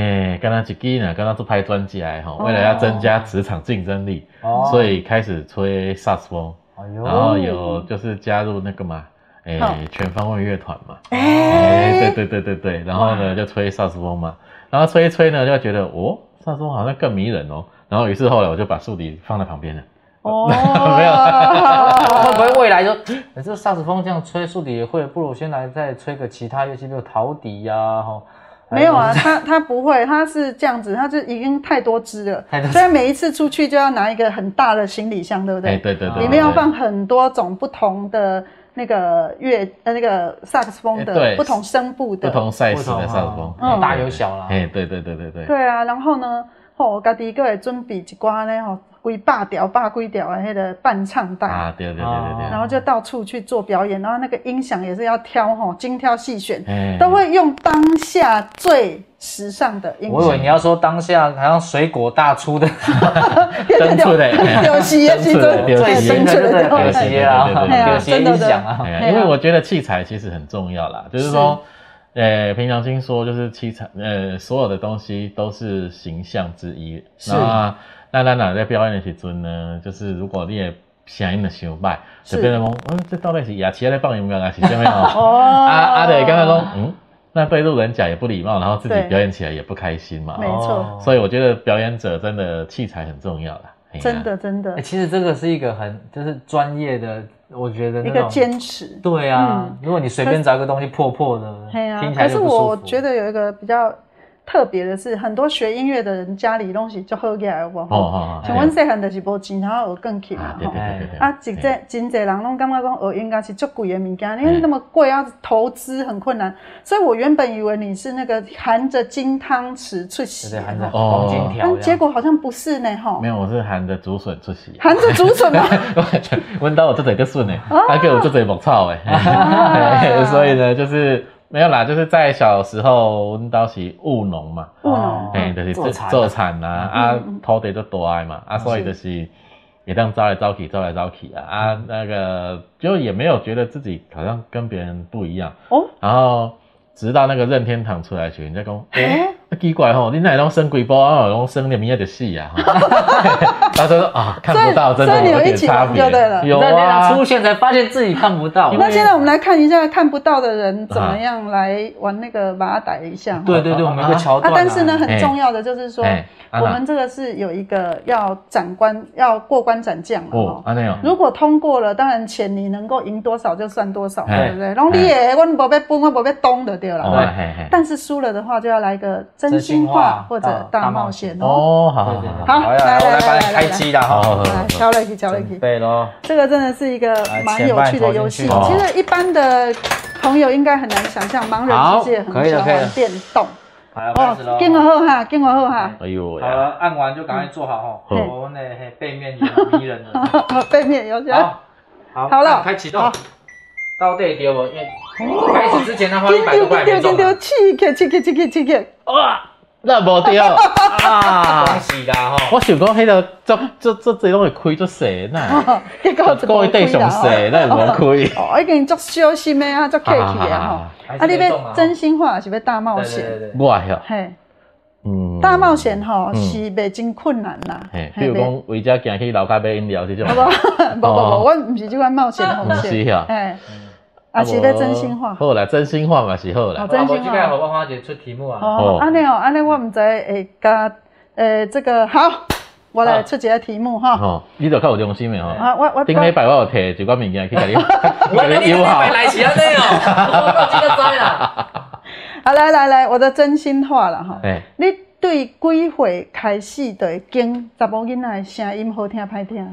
Speaker 5: 哎，跟他一支呢，跟他做拍专辑来哈，为了要增加职场竞争力，
Speaker 3: 哦
Speaker 5: 所以开始吹萨克斯风，
Speaker 4: 哦哎呦，
Speaker 5: 然后有就是加入那个嘛，哎
Speaker 3: 嗯，
Speaker 5: 全方位乐团嘛，哎，对
Speaker 3: 哎，
Speaker 5: 对对对对，然后呢就吹萨克斯风嘛，然后吹一吹呢就觉得哦，萨克斯风好像更迷人哦，然后于是后来我就把竖笛放在旁边了，
Speaker 3: 哦，
Speaker 5: [LAUGHS] 没
Speaker 4: 会不会未来就，欸、这萨克斯风这样吹竖笛也会，不如我先来再吹个其他乐器，比如陶笛呀、吼。
Speaker 3: [LAUGHS] 没有啊，他他不会，他是这样子，他就已经太多只
Speaker 5: [LAUGHS]
Speaker 3: 了
Speaker 4: 太多，只
Speaker 3: 所以每一次出去就要拿一个很大的行李箱，对不
Speaker 5: 哎，
Speaker 3: 对？
Speaker 5: 对对对，
Speaker 3: 里
Speaker 5: 对
Speaker 3: 面要
Speaker 5: 对
Speaker 3: 放很多种不同的那个乐呃那个萨克斯风
Speaker 5: 哎
Speaker 3: 的
Speaker 5: 对
Speaker 3: 不同声部的，
Speaker 5: 不同 size
Speaker 4: 不同
Speaker 5: 的萨克斯风，
Speaker 4: 嗯
Speaker 5: 哎
Speaker 4: 大有小啦
Speaker 5: 哎，对对对对对，
Speaker 3: 对啊，然后呢，吼、我家己个会准备一寡呢吼，规百条、百几条的那个伴唱带。
Speaker 5: 啊，对对对对对，
Speaker 3: 然后就到处去做表演，然后那个音响也是要挑吼，精挑细选，
Speaker 5: 哎
Speaker 3: 都会用当下最时尚的音
Speaker 4: 我以为
Speaker 3: 响。
Speaker 4: 你要说当下好像水果大出的，
Speaker 5: 登出的，
Speaker 3: 有戏有戏，
Speaker 5: 对
Speaker 3: 对
Speaker 5: 对
Speaker 4: 最
Speaker 5: 对
Speaker 4: 新
Speaker 3: 登
Speaker 4: 的
Speaker 3: 出
Speaker 4: 对
Speaker 3: 的
Speaker 4: 对，有
Speaker 5: 对
Speaker 4: 些啊，
Speaker 5: 对对对
Speaker 4: 有些音响啊，
Speaker 5: [LAUGHS] 哎呀因为我觉得器材其实很重要啦，就是说，呃，平常心说就是器材，呃，所有的东西都是形象之一。
Speaker 3: 是
Speaker 5: 那那那那在表演的时阵呢，就是如果你也声音的想卖，
Speaker 3: 是
Speaker 5: 就变成讲，嗯，这到底是牙齿在放音乐还是什
Speaker 3: [LAUGHS]
Speaker 5: 么哦？
Speaker 3: 哦，
Speaker 5: 啊
Speaker 3: 啊
Speaker 5: 啊，对，刚才说，嗯，那对路人甲也不礼貌，然后自己
Speaker 3: 对
Speaker 5: 表演起来也不开心嘛。
Speaker 3: 没错
Speaker 4: 哦
Speaker 5: 所以我觉得表演者真的器材很重要啦。哎呀
Speaker 3: 真的真的
Speaker 4: 欸，其实这个是一个很就是专业的我觉得那
Speaker 3: 一
Speaker 4: 种
Speaker 3: 个坚持。
Speaker 4: 对啊，
Speaker 3: 嗯
Speaker 4: 如果你随便找一个东西破破的，
Speaker 3: 对啊
Speaker 4: 听，起
Speaker 3: 可
Speaker 4: 来
Speaker 3: 是
Speaker 4: 就不舒服。
Speaker 3: 我觉得有一个比较特别的是，很多学音乐的人家里东西就喝起来我。
Speaker 5: 哦哦哦，
Speaker 4: 哎
Speaker 3: 像阮细汉就是无钱，然后学钢琴嘛
Speaker 5: 啊，对
Speaker 3: 吼
Speaker 5: 对。对对对，哎
Speaker 3: 啊，真侪
Speaker 4: 哎
Speaker 3: 真侪人拢感觉讲学音乐是足贵的物件，因为那么贵，要投资很困难。所以我原本以为你是那个含着金汤匙出
Speaker 4: 对
Speaker 3: 席
Speaker 4: 对，
Speaker 3: 的，
Speaker 4: 含着哦
Speaker 3: 吼
Speaker 4: 黄金条这样，
Speaker 3: 哦但结果好像不是呢，吼
Speaker 5: 没，有，我是含着竹笋出席。啊
Speaker 3: 含着竹笋
Speaker 4: [LAUGHS]
Speaker 5: [LAUGHS]
Speaker 3: 嘛，
Speaker 5: 问到我这嘴个顺哎，他给我这嘴猛操哎，
Speaker 3: 啊
Speaker 5: [LAUGHS] 所以呢，就是没有啦，就是在小时候问到是务农嘛，
Speaker 3: 不
Speaker 4: 哦
Speaker 3: 能，
Speaker 5: 哎，就是
Speaker 4: 做
Speaker 5: 做
Speaker 4: 田啊
Speaker 5: 做产啦，啊
Speaker 3: 嗯嗯，
Speaker 5: 土地就大的嘛，啊，所以就是也当招来招去，招来招去啊，啊，那个就也没有觉得自己好像跟别人不一样
Speaker 3: 哦，
Speaker 5: 然后。直到那个任天堂出来时，人家讲，哎、
Speaker 3: 哎
Speaker 5: 啊奇怪吼，你哪拢生几波啊？拢生你明夜就死啊！吼他说啊，看不到，
Speaker 3: 所
Speaker 5: 真
Speaker 3: 以所以你
Speaker 5: 的
Speaker 3: 有
Speaker 5: 点
Speaker 3: 一起
Speaker 5: 差
Speaker 3: 玩
Speaker 5: 别
Speaker 3: 就对了
Speaker 5: 有
Speaker 4: 在那
Speaker 5: 啊
Speaker 4: 场，出现才发现自己看不到。
Speaker 3: 那现在我们来看一下看不到的人怎么样来玩那个把它逮一下。
Speaker 4: 啊对对对，我们有个桥
Speaker 3: 啊
Speaker 4: 段，啊。
Speaker 3: 但是呢，
Speaker 5: 哎
Speaker 3: 很重要的就是说，
Speaker 5: 哎，安
Speaker 3: 我
Speaker 5: 娜
Speaker 3: 们这个是有一个要斩关、要过关斩将嘛，
Speaker 5: 哦
Speaker 3: 哦，。
Speaker 5: 安内哦，
Speaker 3: 如果通过了，当然钱你能够赢多少就算多少嘛，
Speaker 5: 哎
Speaker 3: 对不对？拢你也，我不被分，我不被东的对了。
Speaker 5: 哦
Speaker 4: 对
Speaker 5: 嘿嘿，
Speaker 3: 但是输了的话，就要来个真
Speaker 4: 真心
Speaker 3: 心
Speaker 4: 话
Speaker 3: 话或者
Speaker 4: 大
Speaker 3: 大
Speaker 4: 冒
Speaker 3: 冒
Speaker 4: 险
Speaker 3: 险哦。
Speaker 5: 哦，好好
Speaker 4: 对对
Speaker 5: 好
Speaker 4: 对
Speaker 3: 好
Speaker 5: 好，
Speaker 4: 好呀
Speaker 3: 来
Speaker 4: 我来帮
Speaker 3: 来
Speaker 4: 你
Speaker 3: 来来
Speaker 4: 开
Speaker 3: 来
Speaker 4: 机啦
Speaker 5: 好好
Speaker 4: 哈
Speaker 5: 好，
Speaker 3: 哦来，敲了一敲了一
Speaker 4: 对喽。
Speaker 3: 这个真的是一个蛮有趣的游戏
Speaker 4: 来前半投。
Speaker 3: 其
Speaker 4: 进去
Speaker 3: 实一般的朋友应该很难想象，盲人
Speaker 4: 好
Speaker 3: 世界很
Speaker 4: 可以
Speaker 3: 喜
Speaker 4: 了
Speaker 3: 欢
Speaker 4: 可以了
Speaker 3: 玩电动
Speaker 4: 好了，开始喽。
Speaker 3: 跟我后哈，跟我后哈，
Speaker 5: 哎呦
Speaker 4: 好
Speaker 5: 呀，
Speaker 4: 了，按完就赶快坐好哦。
Speaker 5: 嗯
Speaker 4: 我那嘿背面有迷人
Speaker 3: [LAUGHS]
Speaker 4: 的。
Speaker 3: 背面有些。
Speaker 4: 好，好，
Speaker 3: 好了
Speaker 4: 那我开启动
Speaker 3: 好。
Speaker 4: 到这里丢我，因为开始之前他花一
Speaker 3: 丢
Speaker 4: 百多
Speaker 3: 丢
Speaker 4: 块
Speaker 3: 丢
Speaker 4: 没
Speaker 3: 丢
Speaker 4: 中
Speaker 3: 丢
Speaker 4: 啊
Speaker 3: 丢，气个气个气个气个，
Speaker 5: 那无对啊
Speaker 4: 恭！喜啦哈！
Speaker 5: 我想讲迄个这这这这拢会开足细呐，
Speaker 3: 哦结果就
Speaker 5: 哎各位弟上细，那无开。
Speaker 3: 啊哦哦，已经足小心的啊，足客气的吼。啊，
Speaker 4: 还
Speaker 3: 你
Speaker 4: 是没中
Speaker 3: 要
Speaker 4: 啊！
Speaker 3: 真心话，是要大冒
Speaker 4: 对对对
Speaker 3: 险？
Speaker 4: 对，
Speaker 5: 我晓，
Speaker 3: 嘿，
Speaker 5: 嗯，
Speaker 3: 大冒险吼
Speaker 5: 嗯
Speaker 3: 是袂真困难啦。
Speaker 5: 嘿，比如讲，为家行去楼骹买饮料这种， [LAUGHS]
Speaker 3: 讲，无无无，我唔是即款冒险
Speaker 5: 不
Speaker 3: 风
Speaker 5: 是
Speaker 3: 险。
Speaker 5: 啊，
Speaker 3: 哎，啊是要真心话。
Speaker 5: 好啦，真心话嘛是好啦
Speaker 3: 哦，真心话
Speaker 4: 我今天和汪芳姐出题目啊，
Speaker 3: 哦
Speaker 5: 哦，
Speaker 3: 安尼哦，安尼我唔知会甲诶这个好，我来出一个题目 [LAUGHS] 哈。
Speaker 5: 吼，哦你著较有良心诶吼。
Speaker 3: 哦啊，我我
Speaker 5: 顶礼拜我有摕一寡物件去甲你，
Speaker 4: 我
Speaker 5: 甲
Speaker 4: 你
Speaker 5: 你友好
Speaker 4: 白。来是安尼哦，我到今天知啦。
Speaker 3: 好来来来，我的真心话了哈。
Speaker 5: [LAUGHS] 哎，
Speaker 3: 你对几岁开始就会惊查某囡仔的声音好听歹听？啊，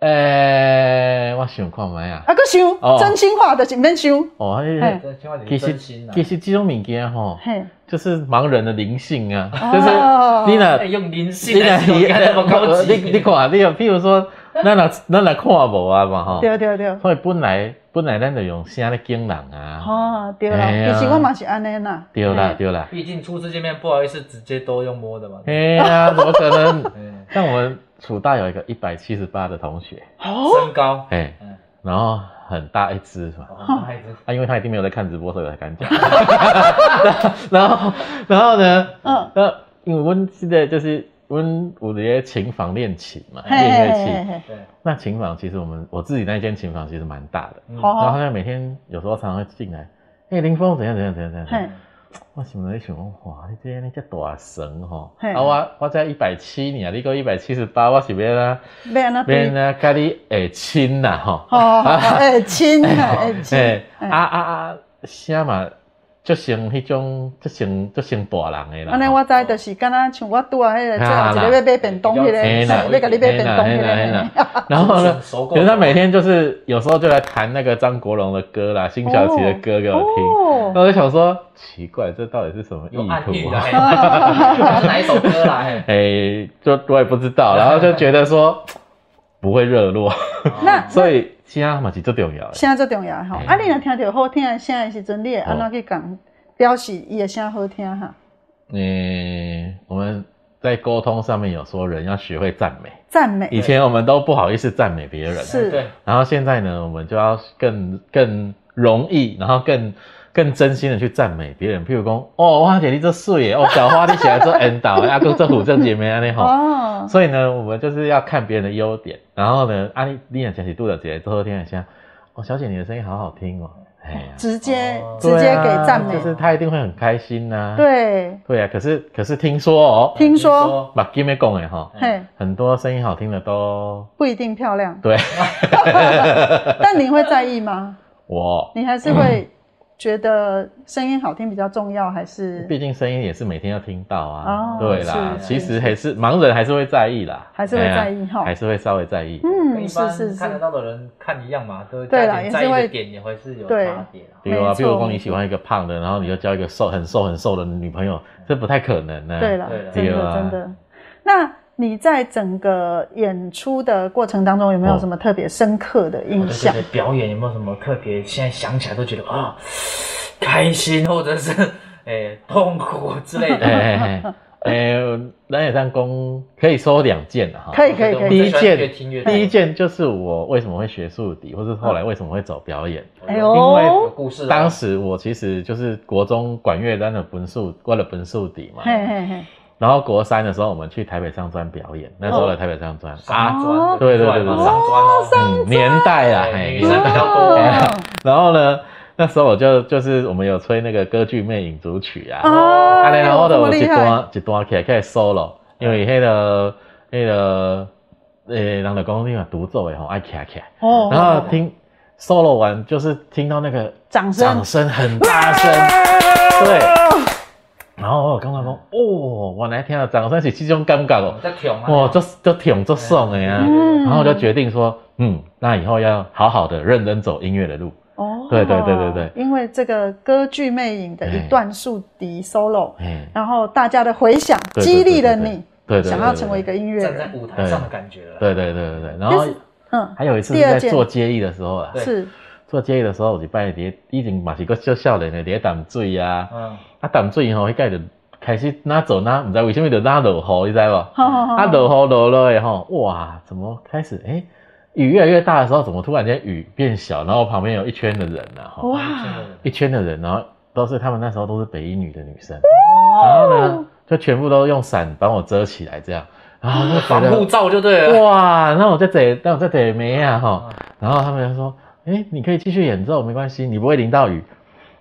Speaker 5: 诶，哎我想看卖啊。
Speaker 3: 搁想、
Speaker 5: 哦
Speaker 3: 真心话就是免想，
Speaker 5: 哦，
Speaker 3: 嘿
Speaker 4: 真心话你
Speaker 5: 其
Speaker 4: 真心
Speaker 5: 实
Speaker 4: 啦，
Speaker 5: 其实这种物件吼，
Speaker 3: 嘿，
Speaker 5: 就是盲人的灵性啊，
Speaker 3: 哦
Speaker 5: 就是你若
Speaker 4: 哎用灵
Speaker 5: 你
Speaker 4: 性
Speaker 5: 若
Speaker 4: 来形容，那么高级。
Speaker 5: [LAUGHS] 你你看，你有譬如说，咱若咱若看无啊嘛吼，
Speaker 3: 对对对，
Speaker 5: 所以本来本来咱就用声咧惊人啊，
Speaker 3: 哦对啦，
Speaker 5: 哎呀
Speaker 3: 其实我嘛是安尼啦，
Speaker 5: 对啦
Speaker 3: 嘿，
Speaker 5: 对啦，
Speaker 4: 毕竟初次见面，不好意思直接都用摸的嘛。
Speaker 5: 哎呀，怎么可能？ [LAUGHS]
Speaker 4: 嗯
Speaker 5: 像我们楚大有一个一百七十八的同学，
Speaker 4: 身高，
Speaker 5: 哎
Speaker 4: 嗯，
Speaker 5: 然后很大一只嘛，
Speaker 4: 哦那还是
Speaker 5: 啊，因为他一定没有在看直播，所以我才敢讲。 [LAUGHS] 然后，然后呢？
Speaker 3: 嗯，
Speaker 5: 那因为我们现在就是我们我的些琴房练琴嘛，
Speaker 3: 嘿嘿
Speaker 5: 练乐
Speaker 3: 嘿
Speaker 5: 器。
Speaker 3: 嘿
Speaker 4: 对，
Speaker 5: 那琴房其实我们我自己那间琴房其实蛮大的，
Speaker 3: 嘿，
Speaker 4: 嗯
Speaker 3: 好
Speaker 5: 然后
Speaker 3: 好，
Speaker 5: 他就每天有时候常常会进来，哎，林峰怎样怎样怎样怎样怎
Speaker 3: 嘿
Speaker 5: 样。，我想在想讲，哇，你这个那叫大神吼，
Speaker 3: 嘿
Speaker 5: 啊我我才一百七呢，你个一百七十八，我是要啦
Speaker 3: 要安那
Speaker 5: 要
Speaker 3: 啊对，
Speaker 5: 啦，跟你会亲啦吼。
Speaker 3: 哦，
Speaker 5: [LAUGHS]
Speaker 3: 哎亲啊，哎亲
Speaker 5: 哎，，啊啊啊，声嘛，就像迄种，就像就像大人诶啦。
Speaker 3: 安尼我知就是敢若像我拄啊迄个最后一个要买便当迄
Speaker 5: 嘿
Speaker 3: 个，
Speaker 5: 哎啦
Speaker 3: 要甲你买便当迄
Speaker 5: 嘿
Speaker 3: 个
Speaker 5: 啦，然后呢，
Speaker 4: 手
Speaker 5: 可是他每天就是有时候就来弹那个张国荣的歌啦，辛晓琪的歌给我听。那
Speaker 3: 哦，
Speaker 5: 我就想说，奇怪，这到底是什么意
Speaker 4: 有暗喻
Speaker 5: 图
Speaker 4: 的，
Speaker 5: 啊？
Speaker 4: 嘿哪一首歌啦？嘿
Speaker 5: [LAUGHS] 哎，就我也不知道，然后就觉得说不会热络，
Speaker 3: 那
Speaker 5: 所以声嘛是最重要的。 [LAUGHS]
Speaker 3: 声最重要吼。
Speaker 5: 嘿
Speaker 3: 啊，你若听到好听的声的时阵，你会
Speaker 5: 哦
Speaker 3: 安怎去讲表示伊的声好听哈？
Speaker 5: 嗯，我们在沟通上面有说人要学会赞美，
Speaker 3: 赞美
Speaker 5: 以前我们都不好意思赞美别人，
Speaker 3: 是
Speaker 4: 对，
Speaker 5: 然后现在呢，我们就要更更容易，然后更更真心的去赞美别人。譬如说，哦，哇姐你这碎耶，哦小花你起来做 N 导，阿哥这虎 [LAUGHS] 正姐妹安尼吼。
Speaker 3: 哦，
Speaker 5: 所以呢，我们就是要看别人的啊优点，然后呢，阿丽丽很前起度的姐都天很像，哦小姐你的声音好好听哦，哎呀
Speaker 3: 直接、
Speaker 4: 哦
Speaker 3: [LAUGHS] 直接给赞美
Speaker 5: 对啊。就是他一定会很开心呐、，
Speaker 3: 对，
Speaker 5: 对啊，可是可是听说哦，
Speaker 3: 听说
Speaker 5: 把 g i m 讲的哈，
Speaker 3: 嘿
Speaker 5: 很多声音好听的都
Speaker 3: 不一定漂
Speaker 5: [LAUGHS]
Speaker 3: 亮，
Speaker 5: 对，
Speaker 3: 但你会在意吗？
Speaker 5: 我
Speaker 3: 你还是
Speaker 5: 嗯
Speaker 3: 会觉得声音好听比较重要，还是
Speaker 5: 毕竟声音也是每天要听到啊，
Speaker 3: 哦
Speaker 5: 对啦，
Speaker 3: 是
Speaker 5: 其
Speaker 3: 是
Speaker 5: 实还是盲人还是会在意啦，
Speaker 3: 还是会
Speaker 5: 哎呀
Speaker 3: 在意哈
Speaker 5: 还是会稍微在意，
Speaker 3: 嗯，
Speaker 4: 一
Speaker 3: 是
Speaker 4: 般
Speaker 3: 是
Speaker 4: 看得
Speaker 3: 是，
Speaker 4: 到的人看一样嘛，对不
Speaker 3: 对
Speaker 4: 对
Speaker 3: 啦
Speaker 4: 在
Speaker 3: 也
Speaker 4: 你
Speaker 3: 是
Speaker 4: 在意
Speaker 3: 会
Speaker 4: 的点也会是有
Speaker 3: 对
Speaker 4: 差别啦。
Speaker 5: 比如
Speaker 3: 没
Speaker 5: 啊，
Speaker 3: 错
Speaker 5: 比如说你喜欢一个胖的，然后你就交一个瘦很瘦很瘦的女朋友，这不太可能呢、
Speaker 3: 嗯对了
Speaker 4: 对啦，
Speaker 3: 真
Speaker 5: 对
Speaker 3: 的
Speaker 5: 啊
Speaker 3: 真的。那你在整个演出的过程当中，有没有
Speaker 5: 哦
Speaker 3: 什么特别深刻的
Speaker 5: 嗯
Speaker 3: 印
Speaker 4: 对
Speaker 3: 象
Speaker 4: 对？对，表演有没有什么特别？现在想起来都觉得啊，开心或者是 [LAUGHS] 哎、痛苦之类的。
Speaker 5: 哎哎哎哎，南野上公可以说两件啊哈。
Speaker 3: 可以可以可以，
Speaker 5: 第一
Speaker 4: 我最喜欢越听越
Speaker 5: 件，
Speaker 4: 多
Speaker 5: 第一件就是我为什么会学竖笛，或是后来为什么会走表演。
Speaker 3: 哎
Speaker 4: 有
Speaker 5: 因为
Speaker 4: 有
Speaker 3: 呦，
Speaker 4: 故事、哦。
Speaker 5: 当时我其实就是国中管乐单的本数，为了本数笛嘛。
Speaker 3: 嘿嘿嘿，
Speaker 5: 然后国三的时候，我们去台北上专表演，那时
Speaker 3: 哦
Speaker 5: 候的台北上专
Speaker 4: 上
Speaker 5: 啊，
Speaker 4: 砖的，
Speaker 5: 对对对对
Speaker 4: 上
Speaker 5: 对
Speaker 4: 砖哦，
Speaker 5: 嗯，年代啊，
Speaker 4: 哎
Speaker 5: 嘿
Speaker 4: 女生比较多
Speaker 5: 哎
Speaker 3: 哦
Speaker 5: 然后呢，那时候我就就是我们有吹那个歌剧魅影组曲啊，
Speaker 3: 哦
Speaker 5: 啊，然后
Speaker 3: 这
Speaker 5: 呢，
Speaker 3: 么
Speaker 5: 我一
Speaker 3: 厉害，
Speaker 5: 段一段起来开始 solo，因为迄个迄个诶，人就讲你嘛独奏的吼爱起来起来，
Speaker 3: 哦
Speaker 5: 然后听 solo 完就是听到那个
Speaker 3: 掌声
Speaker 5: 掌，声很大声，对，然后我刚才讲哦，原来听到掌声是这种感觉哦
Speaker 4: 我，在挑嘛。
Speaker 5: 哇，就就挺就爽的呀、啊，
Speaker 3: 嗯
Speaker 5: 然后我就决定说，嗯，那以后要好好的认真走音乐的路。
Speaker 3: 哦
Speaker 5: 对对对对对
Speaker 3: 因为这个歌剧魅影的一段竖笛 solo，
Speaker 5: 哎，
Speaker 3: 然后大家的回响
Speaker 5: 对对对
Speaker 3: 激励了
Speaker 5: 对对
Speaker 3: 你，
Speaker 5: 对对对
Speaker 3: 想要成为一个音乐
Speaker 4: 站在
Speaker 3: 人，
Speaker 4: 舞台上的感觉了。
Speaker 5: 对对对对对。然后
Speaker 3: 但是嗯，
Speaker 5: 还有一次是
Speaker 3: 第二
Speaker 5: 在
Speaker 3: 件
Speaker 5: 做接艺的时候啊，
Speaker 4: 对
Speaker 3: 是
Speaker 5: 做接艺的时候，有一摆伫已经嘛是个小少年的伫淡水啊，
Speaker 4: 嗯，
Speaker 5: 啊淡水吼，迄个就开始哪走哪，毋知为什么就哪落雨，你知无？
Speaker 3: 好好好
Speaker 5: 啊落雨落落的吼，哇，怎么开始诶、雨越来越大的时候，怎么突然间雨变小？然后旁边有一圈的人啊，吼
Speaker 3: 哇，
Speaker 5: 一圈的人，然后都是他们那时候都是北一女的女生，然后呢，就全部都用伞帮我遮起来，这样，然后我就
Speaker 4: [LAUGHS]
Speaker 5: 觉
Speaker 4: 防护
Speaker 5: 得
Speaker 4: 罩就对了。
Speaker 5: 哇，那我在这，那我在这没啊哈，然后他们就说，哎、你可以继续演奏，没关系，你不会淋到雨。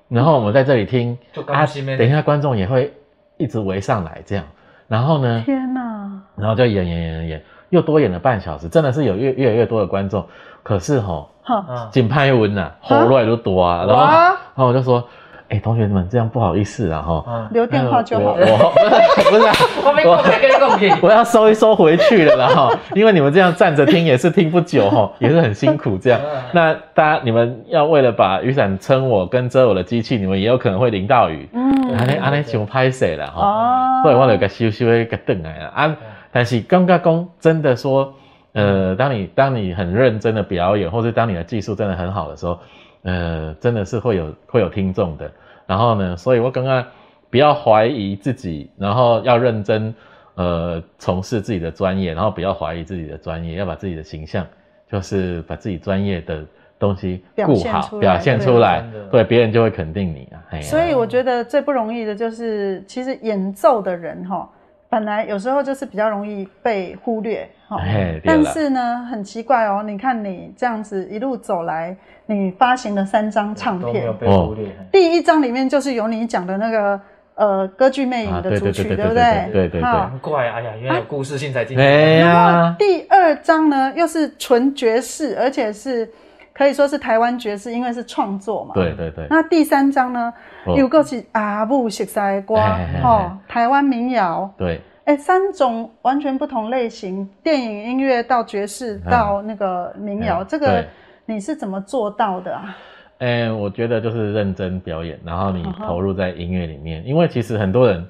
Speaker 5: 然后我们在这里听
Speaker 4: 就，甘
Speaker 5: 啊，
Speaker 4: 心的
Speaker 5: 等一下观众也会一直围上来这样，然后呢，
Speaker 3: 天哪，
Speaker 5: 然后就演演演演演，又多演了半小时，真的是有越越来越多的观众，可是吼，
Speaker 3: 哈，
Speaker 4: 嗯，
Speaker 5: 紧拍文呐，喉咙都多啊，然后
Speaker 3: 哇
Speaker 5: 然后我就说，哎、同学们这样不好意思啊哈，
Speaker 4: 嗯，
Speaker 3: 留 [LAUGHS] 电话就好了，
Speaker 5: 哎我 [LAUGHS] 我不是啊
Speaker 4: 我没空可以跟你共鸣。
Speaker 5: [LAUGHS] 我要收一收回去了啦哈，因为你们这样站着听也是听不久哈，也是很辛苦这样 [LAUGHS]
Speaker 4: 嗯。
Speaker 5: 那大家你们要为了把雨伞撑我跟遮我的机器，你们也有可能会淋到雨，
Speaker 3: 嗯，
Speaker 5: 安尼安尼想拍谁了哈？
Speaker 3: 哦，
Speaker 5: 哎所以我就给修修给顿来了啊。但是刚刚讲真的说，呃，当你当你很认真的表演，或是当你的技术真的很好的时候，呃，真的是会有会有听众的。然后呢，所以我刚刚不要怀疑自己，然后要认真呃从事自己的专业，然后不要怀疑自己的专业，要把自己的形象，就是把自己专业的东西顾好，
Speaker 3: 表
Speaker 5: 表
Speaker 3: 现
Speaker 5: 现
Speaker 3: 出
Speaker 5: 出
Speaker 4: 来
Speaker 5: 来
Speaker 4: 真的，
Speaker 5: 对别人就会肯定你啊。嘿啊
Speaker 3: 所以我觉得最不容易的就是，其实演奏的人哈，本来有时候就是比较容易被忽略哈
Speaker 5: 哎。对
Speaker 3: 但
Speaker 5: 了
Speaker 3: 是呢，很奇怪哦，你看你这样子一路走来，你发行了三张唱
Speaker 5: 哎
Speaker 4: 都没有
Speaker 3: 片，
Speaker 4: 被忽略。
Speaker 5: 哦
Speaker 3: 第一张里面就是有你讲的那个呃歌剧魅影
Speaker 5: 啊
Speaker 3: 的
Speaker 5: 对
Speaker 3: 主
Speaker 5: 对
Speaker 3: 曲，
Speaker 5: 对
Speaker 3: 不对？
Speaker 5: 对对对对
Speaker 3: 哈
Speaker 4: 难怪，哎呀，原来有故事性才进。
Speaker 5: 哎
Speaker 3: 然后
Speaker 5: 呀，
Speaker 3: 第二张呢，又是纯爵士，而且是可以说是台湾爵士，因为是创作嘛。
Speaker 5: 对对对，
Speaker 3: 那第三张呢，
Speaker 5: 哦
Speaker 3: 又够是阿布熟悉的歌
Speaker 5: 嘿嘿嘿
Speaker 3: 哦，台湾民谣，
Speaker 5: 对。
Speaker 3: 哎，三种完全不同类型，电影音乐到爵士
Speaker 5: 嗯
Speaker 3: 到那个民谣，
Speaker 5: 嗯
Speaker 3: 这个
Speaker 5: 对
Speaker 3: 你是怎么做到的啊？
Speaker 5: 哎、我觉得就是认真表演，然后你
Speaker 3: 嗯哼
Speaker 5: 投入在音乐里面，因为其实很多人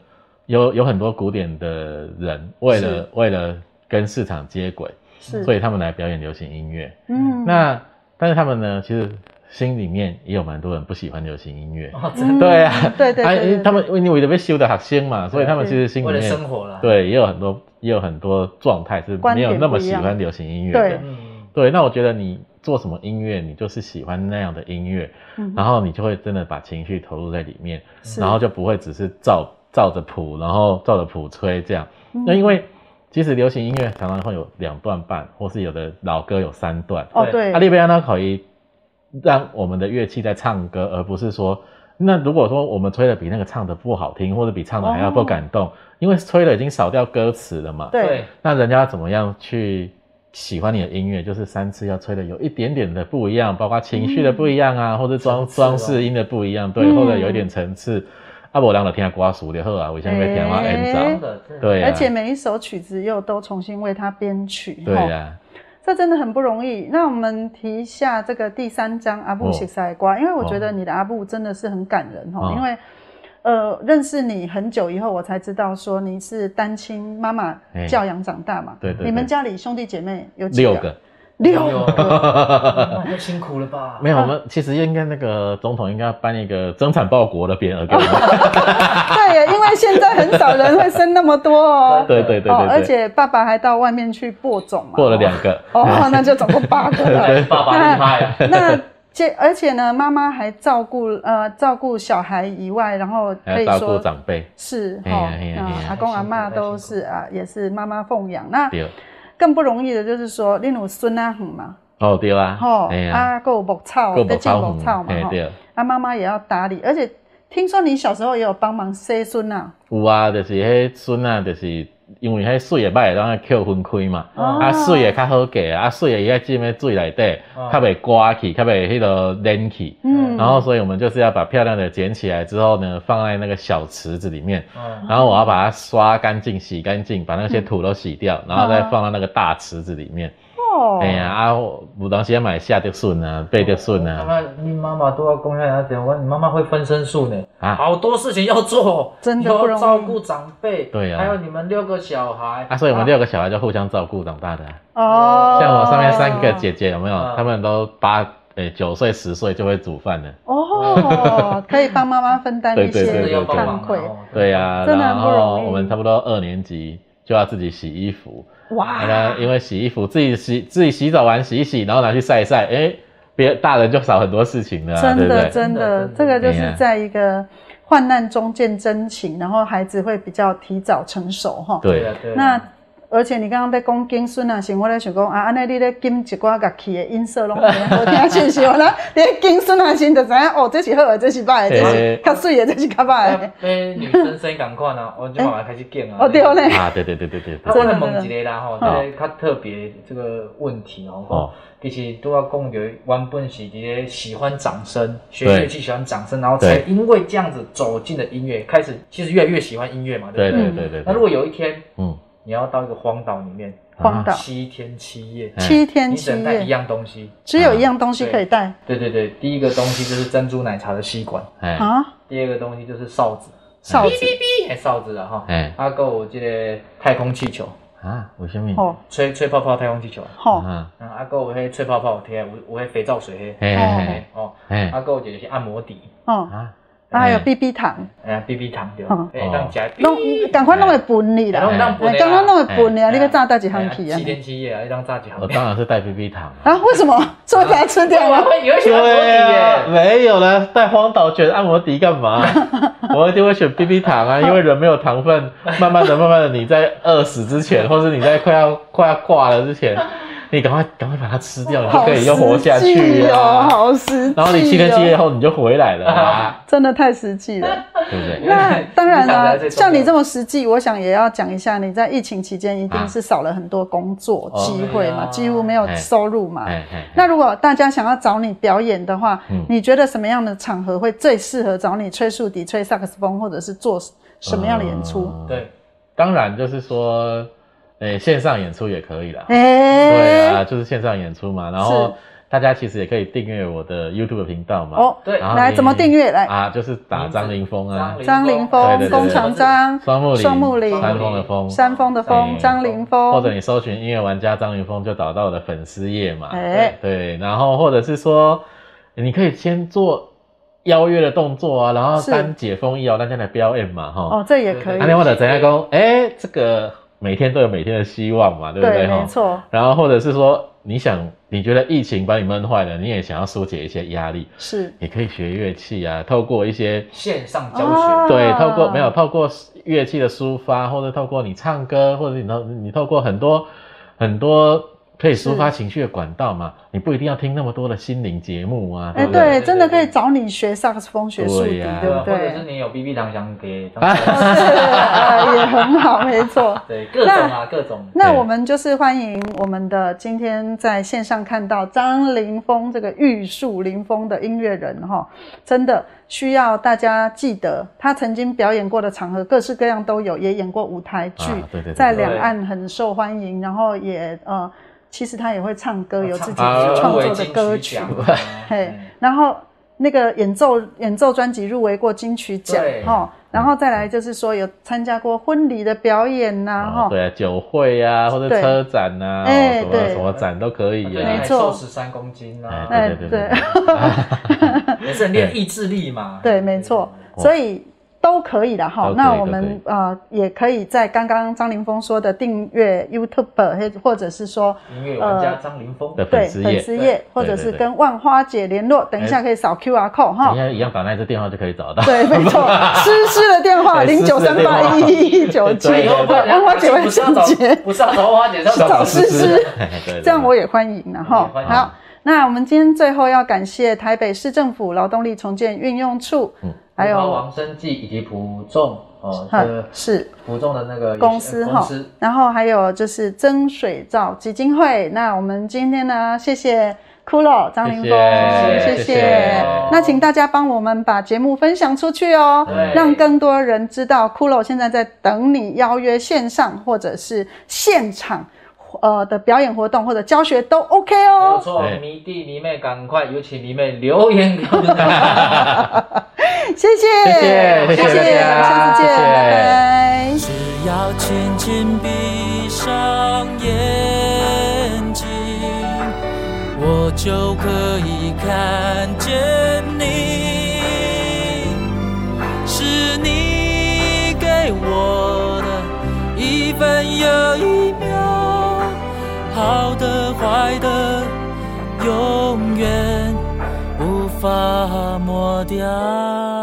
Speaker 5: 有有很多古典的人，为了为了跟市场接轨，
Speaker 3: 是，
Speaker 5: 所以他们来表演流行音乐。
Speaker 3: 嗯
Speaker 5: 那但是他们呢，其实心里面也有蛮多人不喜欢流行音乐，
Speaker 4: 哦，真
Speaker 3: 嗯
Speaker 5: [LAUGHS] 对啊，
Speaker 3: 对对
Speaker 5: 啊
Speaker 3: 对，
Speaker 5: 他们因为的被修的学生嘛，所以他们
Speaker 3: 是
Speaker 5: 其实心
Speaker 4: 为
Speaker 5: 里
Speaker 4: 了
Speaker 5: 面
Speaker 4: 生活啦。，
Speaker 5: 对也有很多也有很多状态是
Speaker 3: 观
Speaker 5: 没
Speaker 3: 点
Speaker 5: 有那
Speaker 3: 不
Speaker 5: 么
Speaker 3: 一
Speaker 5: 喜
Speaker 3: 样
Speaker 5: 欢流行音乐的。
Speaker 3: 对
Speaker 4: 嗯，
Speaker 5: 对，那我觉得你做什么音乐，你就是喜欢那样的音乐，
Speaker 3: 嗯
Speaker 5: 然后你就会真的把情绪投入在里面，
Speaker 3: 是
Speaker 5: 啊然后就不会只是照照着谱，然后照着谱吹这样。
Speaker 3: 嗯
Speaker 5: 那因为其实流行音乐常常会有两段半，或是有的老歌有三段。
Speaker 3: 哦
Speaker 4: 对
Speaker 3: 对
Speaker 5: 阿，利贝安娜考伊让我们的乐器在唱歌，而不是说，那如果说我们吹的比那个唱的不好听，或者比唱的还要不感动，因为吹的已经少掉歌词了嘛。
Speaker 3: 哦对，
Speaker 5: 那人家怎么样去喜欢你的音乐？就是三次要吹的有一点点的不一样，包括情绪的不一样啊，或者装
Speaker 4: 层次哦
Speaker 5: 装饰音的不一样，对，
Speaker 3: 嗯
Speaker 5: 或者有一点层次。啊，无人就听歌词就好啊，为什么要听我演
Speaker 3: 哎
Speaker 5: 奏？
Speaker 4: 的，
Speaker 5: 对啊，
Speaker 3: 而且哦每一首曲子又都重新为它编曲，
Speaker 5: 对
Speaker 3: 吼
Speaker 5: 啊，
Speaker 3: 这真的很不容易。那我们提一下这个第三章阿
Speaker 5: 哦
Speaker 3: 布写塞瓜，因为我觉得你的阿布真的是很感人哈、
Speaker 5: 哦
Speaker 3: 因为呃认识你很久以后，我才知道说你是单亲妈妈
Speaker 5: 哎
Speaker 3: 教养长大嘛。
Speaker 5: 对对对
Speaker 3: 你们家里兄弟姐妹有几
Speaker 5: 六个。
Speaker 3: 六个，
Speaker 4: 个， [LAUGHS] 那太辛苦了吧？
Speaker 5: 没有，我们其实应该那个总统应该要颁一个增产报国的匾额给
Speaker 3: [LAUGHS]
Speaker 5: 我们。
Speaker 3: [LAUGHS] 对耶，因为现在很少人会生那么多哦。
Speaker 5: 对 [LAUGHS] 对对
Speaker 3: 哦，而
Speaker 5: 对对，
Speaker 3: 且爸爸还到外面去播种嘛。
Speaker 5: 过了两个，
Speaker 3: 哦，那就总共八
Speaker 5: [LAUGHS]
Speaker 3: 个了。
Speaker 5: 对
Speaker 4: 爸爸厉害
Speaker 5: [LAUGHS]
Speaker 4: 啊！
Speaker 3: 那这而且呢，妈妈还照顾呃照顾小孩以外，然后
Speaker 5: 还
Speaker 3: 可以
Speaker 5: 要照顾
Speaker 3: 说
Speaker 5: 哎长辈，
Speaker 3: 是
Speaker 5: 哎
Speaker 3: 哈
Speaker 5: 呀哎呀，
Speaker 3: 那
Speaker 5: 哎呀
Speaker 3: 阿公阿
Speaker 4: 太辛
Speaker 3: 妈
Speaker 4: 苦
Speaker 3: 都是啊，也是妈妈奉养。那
Speaker 5: 对，
Speaker 3: 更不容易的就是说，你有孙啊很嘛，
Speaker 5: 哦对啊，
Speaker 3: 吼
Speaker 5: 哎呀，
Speaker 3: 啊够木草，
Speaker 5: 够
Speaker 3: 在种
Speaker 5: 不超
Speaker 3: 木草嘛，
Speaker 5: 哎
Speaker 3: 吼
Speaker 5: 对，
Speaker 3: 啊妈妈也要打理，而且听说你小时候也有帮忙生孙啊，
Speaker 5: 有啊，就是迄孙啊，就是因为迄水的歹，咱扣分开嘛，
Speaker 4: 哦
Speaker 5: 啊水的较好嫁，啊水的伊爱浸在水内底，
Speaker 4: 哦
Speaker 5: 较袂刮去，较袂迄落冷去。
Speaker 3: 嗯，
Speaker 5: 然后，所以我们就是要把漂亮的捡起来之后呢，放在那个小池子里面，
Speaker 4: 嗯，
Speaker 5: 然后我要把它刷干净、洗干净，把那些土都洗掉，然后再放到那个大池子里面。
Speaker 3: 哦
Speaker 5: 哎呀，啊，我有当时也买下的笋啊，背的笋
Speaker 4: 妈
Speaker 5: 啊，
Speaker 4: 妈，你妈妈都要供下来点，我你妈妈会分身术呢，
Speaker 5: 啊
Speaker 4: 好多事情要做，
Speaker 3: 真的
Speaker 4: 又要
Speaker 3: 不容易
Speaker 4: 照顾长辈，
Speaker 5: 对啊
Speaker 4: 还有你们六个小孩
Speaker 5: 啊，所以我们六个小孩就互相照顾长大的
Speaker 3: 哦，
Speaker 5: 啊、像我上面三个姐姐有没有
Speaker 4: 嗯？
Speaker 5: 她们都八诶九岁、十岁就会煮饭了。
Speaker 3: 嗯哦，可以帮妈妈分担一
Speaker 5: [LAUGHS] 对对
Speaker 4: 真
Speaker 5: 对
Speaker 4: 的
Speaker 3: 些
Speaker 5: 对
Speaker 4: 要帮
Speaker 3: 惭
Speaker 4: 忙
Speaker 3: 愧，
Speaker 4: 哦
Speaker 5: 对呀、
Speaker 3: 真的
Speaker 5: 然
Speaker 3: 很不容易
Speaker 5: 后我们差不多二年级就要自己洗衣服，
Speaker 3: 哇，
Speaker 5: 那因为洗衣服自己洗自己洗澡完洗一洗，然后拿去晒一晒，诶，别大人就少很多事情了啊、对
Speaker 3: 真
Speaker 5: 不
Speaker 3: 的，真
Speaker 5: 对？
Speaker 3: 的
Speaker 4: 真的，
Speaker 3: 这个就
Speaker 5: 哎
Speaker 3: 是
Speaker 5: 呀
Speaker 3: 在一个患难中见真情，然后孩子会比较提早成熟哈。
Speaker 5: 对
Speaker 4: 啊，对啊
Speaker 3: 那而且你刚刚在讲金孙啊，时我在想讲啊，安尼你咧金一寡乐器的音色拢没好听清楚啦。你咧金孙啊时就知影哦，这是好的，这是歹的，这
Speaker 5: 嘿
Speaker 3: 是较水的，这是较歹
Speaker 4: 哎
Speaker 3: 的。
Speaker 4: 被女生生赶快
Speaker 3: [LAUGHS]
Speaker 4: 啊，我就慢慢开始见啊。
Speaker 3: 哦对嘞，
Speaker 5: 啊，对对对对对
Speaker 4: 啊，
Speaker 5: 对，
Speaker 4: 我来问一个啦吼，这个较特别的这个问题哦。吼
Speaker 5: 哦
Speaker 4: 其实都要讲有原本是一个喜欢掌声，学乐器喜欢掌声，然后才
Speaker 5: 对
Speaker 4: 因为这样子走进了音乐，开始其实越来越喜欢音乐嘛，对
Speaker 5: 对
Speaker 4: 不对？
Speaker 5: 对对对
Speaker 4: 那
Speaker 5: 对
Speaker 4: 如，果有一天
Speaker 5: 嗯，
Speaker 4: 你要到一个荒岛里面，
Speaker 3: 荒岛
Speaker 4: 七天七夜，
Speaker 5: 哎
Speaker 3: 七天
Speaker 4: 啊你
Speaker 3: 七
Speaker 4: 只能带一
Speaker 3: 夜，
Speaker 4: 样东西。
Speaker 3: 只有一样东西可以带
Speaker 4: 对对对，第一个东西就是珍珠奶茶的吸管，
Speaker 5: 哎
Speaker 3: 啊，
Speaker 4: 第二个东西就是哨子，
Speaker 3: 哨子
Speaker 4: 哔哔，哎哨子啊哈，
Speaker 5: 哎
Speaker 4: 啊，还有这个太空气球，
Speaker 5: 啊，为什么？
Speaker 3: 吼
Speaker 4: 吹吹泡泡太空气球。
Speaker 3: 吼
Speaker 5: 啊，
Speaker 4: 嗯，啊，还有迄吹泡泡贴，有有迄肥皂水
Speaker 5: 嘿嘿
Speaker 4: 迄
Speaker 5: 嘿，
Speaker 4: 哦，
Speaker 5: 嘿
Speaker 4: 啊，还有就是按摩底，
Speaker 3: 哦，
Speaker 5: 啊，
Speaker 3: 啊还有
Speaker 5: 哎
Speaker 3: BB 糖，
Speaker 4: 哎，BB 糖对，
Speaker 3: 嗯
Speaker 4: 哎，当食，
Speaker 3: 弄赶快弄会分你
Speaker 4: 哎
Speaker 3: 啦
Speaker 4: 拢。当
Speaker 3: 哎，刚刚弄的本呢，
Speaker 4: 哎
Speaker 3: 你个炸弹几行
Speaker 6: 哎
Speaker 3: 去啊
Speaker 4: 七？天七夜啊，一当炸几行
Speaker 6: [LAUGHS]
Speaker 5: 我，当然是带 BB 糖啊。
Speaker 3: 啊？为什么？是会把它吃掉吗？
Speaker 4: 会有喜欢摩底
Speaker 5: 对啊，
Speaker 4: 耶，
Speaker 5: 没有了，带荒岛选按摩迪
Speaker 3: [LAUGHS]
Speaker 5: 干嘛？我一定会选 BB 糖啊，因为人没有糖分，慢慢的、慢慢的，你在饿死
Speaker 3: [LAUGHS]
Speaker 5: 之前，或是你在快要快要挂了之前，你赶快赶快把它吃掉，你就
Speaker 3: 好
Speaker 5: 可以又活下去
Speaker 3: 实际
Speaker 5: 啊。
Speaker 3: 哦，好实际、哦。
Speaker 5: 然后你七天七夜后你就回来了啊，
Speaker 3: 真的太实际了。
Speaker 5: 对不对？
Speaker 3: 那当然
Speaker 4: 你
Speaker 3: 啦、
Speaker 4: 想起来最重要
Speaker 3: 像你这么实际，我想也要讲一下，你在疫情期间一定是少了很多工作
Speaker 5: 啊
Speaker 3: 机会嘛，
Speaker 4: 哦
Speaker 3: 几乎没有
Speaker 5: 哎
Speaker 3: 收入嘛。
Speaker 5: 哎哎，
Speaker 3: 那如果大家想要找你表演的话，
Speaker 5: 嗯
Speaker 3: 你觉得什么样的场合会最适合找你吹竖笛、吹萨克斯风，或者是做什么样的演出？
Speaker 5: 嗯，
Speaker 4: 对，
Speaker 5: 当然就是说，诶，线上演出也可以啦。对
Speaker 3: 哎、
Speaker 5: 啊，就是线上演出嘛，然后大家其实也可以订阅我的 YouTube 频道嘛。
Speaker 3: 哦，
Speaker 4: 对
Speaker 5: 然后
Speaker 3: 来
Speaker 5: 你
Speaker 3: 怎么订阅？来，
Speaker 5: 啊，就是打张凌峰啊，
Speaker 3: 哎张凌峰、
Speaker 5: 对对对
Speaker 3: 龚长章、
Speaker 5: 双木林、
Speaker 3: 双木林
Speaker 5: 山峰的峰，
Speaker 3: 山峰的峰、
Speaker 5: 哎
Speaker 3: 张凌
Speaker 5: 或者
Speaker 3: 峰，
Speaker 5: 你搜寻音乐玩家张凌峰，就找到我的粉丝页嘛。
Speaker 3: 哎，
Speaker 5: 对，然后或者是说，你可以先做邀约的动作啊，然后
Speaker 3: 是
Speaker 5: 当解封医疗大家来表演嘛，哈。
Speaker 3: 哦，这也可以
Speaker 5: 啊，，另外的怎样讲？哎，这个每天都有每天的希望嘛，对不
Speaker 3: 没
Speaker 5: 对？哈。
Speaker 3: 错，
Speaker 5: 然后或者是说，你想你觉得疫情把你闷坏了，你也想要疏解一些压力，
Speaker 3: 是
Speaker 5: 也可以学乐器啊，透过一些
Speaker 4: 线上教
Speaker 3: 哦
Speaker 4: 学，
Speaker 5: 对，透过没有透过乐器的抒发，或者透过你唱歌，或者你透你透过很多很多可以抒发情绪的管道嘛，你不一定要听那么多的心灵节目啊，
Speaker 3: 哎，
Speaker 5: 不
Speaker 3: 对，
Speaker 6: 对
Speaker 3: 真的可以找你学萨克斯风、学竖笛，
Speaker 5: 对呀
Speaker 3: 对不
Speaker 6: 或者是
Speaker 3: 对？
Speaker 6: 你有 BB 糖想
Speaker 5: [LAUGHS]
Speaker 6: 给，
Speaker 3: 呃也很好，没错。
Speaker 6: 对各种啊各种，
Speaker 3: 那
Speaker 5: 对
Speaker 3: 我们就是欢迎我们的今天在线上看到张凌峰这个玉树临风的音乐人哈，真的需要大家记得，他曾经表演过的场合各式各样都有，也演过舞台剧，
Speaker 5: 啊对对对
Speaker 3: 在
Speaker 5: 对
Speaker 3: 两岸很受欢迎，然后也呃，其实他也会唱歌，有自己
Speaker 5: 啊
Speaker 3: 创作的歌曲，
Speaker 6: 啊
Speaker 3: [LAUGHS] 嘿，然后那个演奏演奏专辑入围过金曲奖
Speaker 6: 对
Speaker 3: 哈，然后再来就是说有参加过婚礼的表演呐
Speaker 5: 啊
Speaker 3: 哈，
Speaker 5: 对啊，酒会啊，或者
Speaker 3: 对
Speaker 5: 车展呐，
Speaker 3: 哎
Speaker 5: 哦什么
Speaker 3: 对
Speaker 5: 什么展都可以
Speaker 3: 没
Speaker 5: 啊。
Speaker 3: 错
Speaker 6: 嗯瘦十三公斤啊，
Speaker 5: 哎，对对对
Speaker 3: 哎
Speaker 5: 对对，
Speaker 6: 也是很练意志力嘛。
Speaker 3: 对，没错，
Speaker 5: 哦
Speaker 3: 所以都可以的哈
Speaker 5: 都可。以
Speaker 3: 那我
Speaker 5: 都
Speaker 3: 们呃也可以在刚刚张凌峰说的订阅 YouTube，或者是说
Speaker 6: 音乐玩
Speaker 3: 呃
Speaker 6: 家张凌峰
Speaker 5: 的
Speaker 3: 对
Speaker 5: 粉丝
Speaker 3: 粉
Speaker 5: 页，
Speaker 3: 丝页，或者
Speaker 5: 对
Speaker 3: 是
Speaker 5: 对哎
Speaker 3: 跟万花姐联络。等一下可以扫 QR code
Speaker 5: 等一
Speaker 3: 哈。
Speaker 5: 下一样打那支电话就可以找到。
Speaker 3: 哦对，没
Speaker 5: [LAUGHS]
Speaker 3: 错，诗诗的电话
Speaker 5: 对
Speaker 3: 零
Speaker 5: 诗
Speaker 3: 九
Speaker 5: 诗
Speaker 3: 三
Speaker 5: 的电话
Speaker 3: 八一一一九七，
Speaker 6: 以后
Speaker 3: 万花姐会
Speaker 6: 不是要
Speaker 3: 上
Speaker 6: 找
Speaker 3: 节，
Speaker 6: 不是要找花姐，是要
Speaker 3: 找
Speaker 6: 找
Speaker 3: 诗诗，
Speaker 5: 嘿嘿 [LAUGHS] 对对
Speaker 3: 这样我也欢迎了哈
Speaker 6: 也欢。迎
Speaker 3: 好，那我们今天最后要感谢台北市政府劳动力重建运用处
Speaker 5: 嗯，
Speaker 3: 还有
Speaker 6: 王生记以及普众哦，这
Speaker 3: 嗯
Speaker 6: 个
Speaker 3: 是。
Speaker 6: 普众的那个
Speaker 3: 公司
Speaker 6: 公
Speaker 3: 哈
Speaker 6: 司，
Speaker 3: 然后还有就是增水造基金会。那我们今天呢，谢谢骷髅张凌峰，谢
Speaker 5: 谢谢
Speaker 3: 谢
Speaker 5: 谢谢
Speaker 3: 那请大家帮我们把节目分享出去哦，
Speaker 6: 对
Speaker 3: 让更多人知道骷髅现在在等你邀约线上或者是现场呃的表演活动或者教学都 OK
Speaker 6: 没有
Speaker 3: 哦。
Speaker 6: 错
Speaker 5: 对，
Speaker 6: 迷弟迷妹赶快，有请迷妹留言给我们。
Speaker 3: 谢谢，
Speaker 5: 谢谢
Speaker 3: [LAUGHS] 谢
Speaker 5: 谢谢大家
Speaker 3: 下次见，
Speaker 5: 谢谢
Speaker 3: 拜拜。
Speaker 4: 只要轻轻闭上眼睛，我就可以看见你。是你给我的一分又一秒，好的坏的，永远无法抹掉。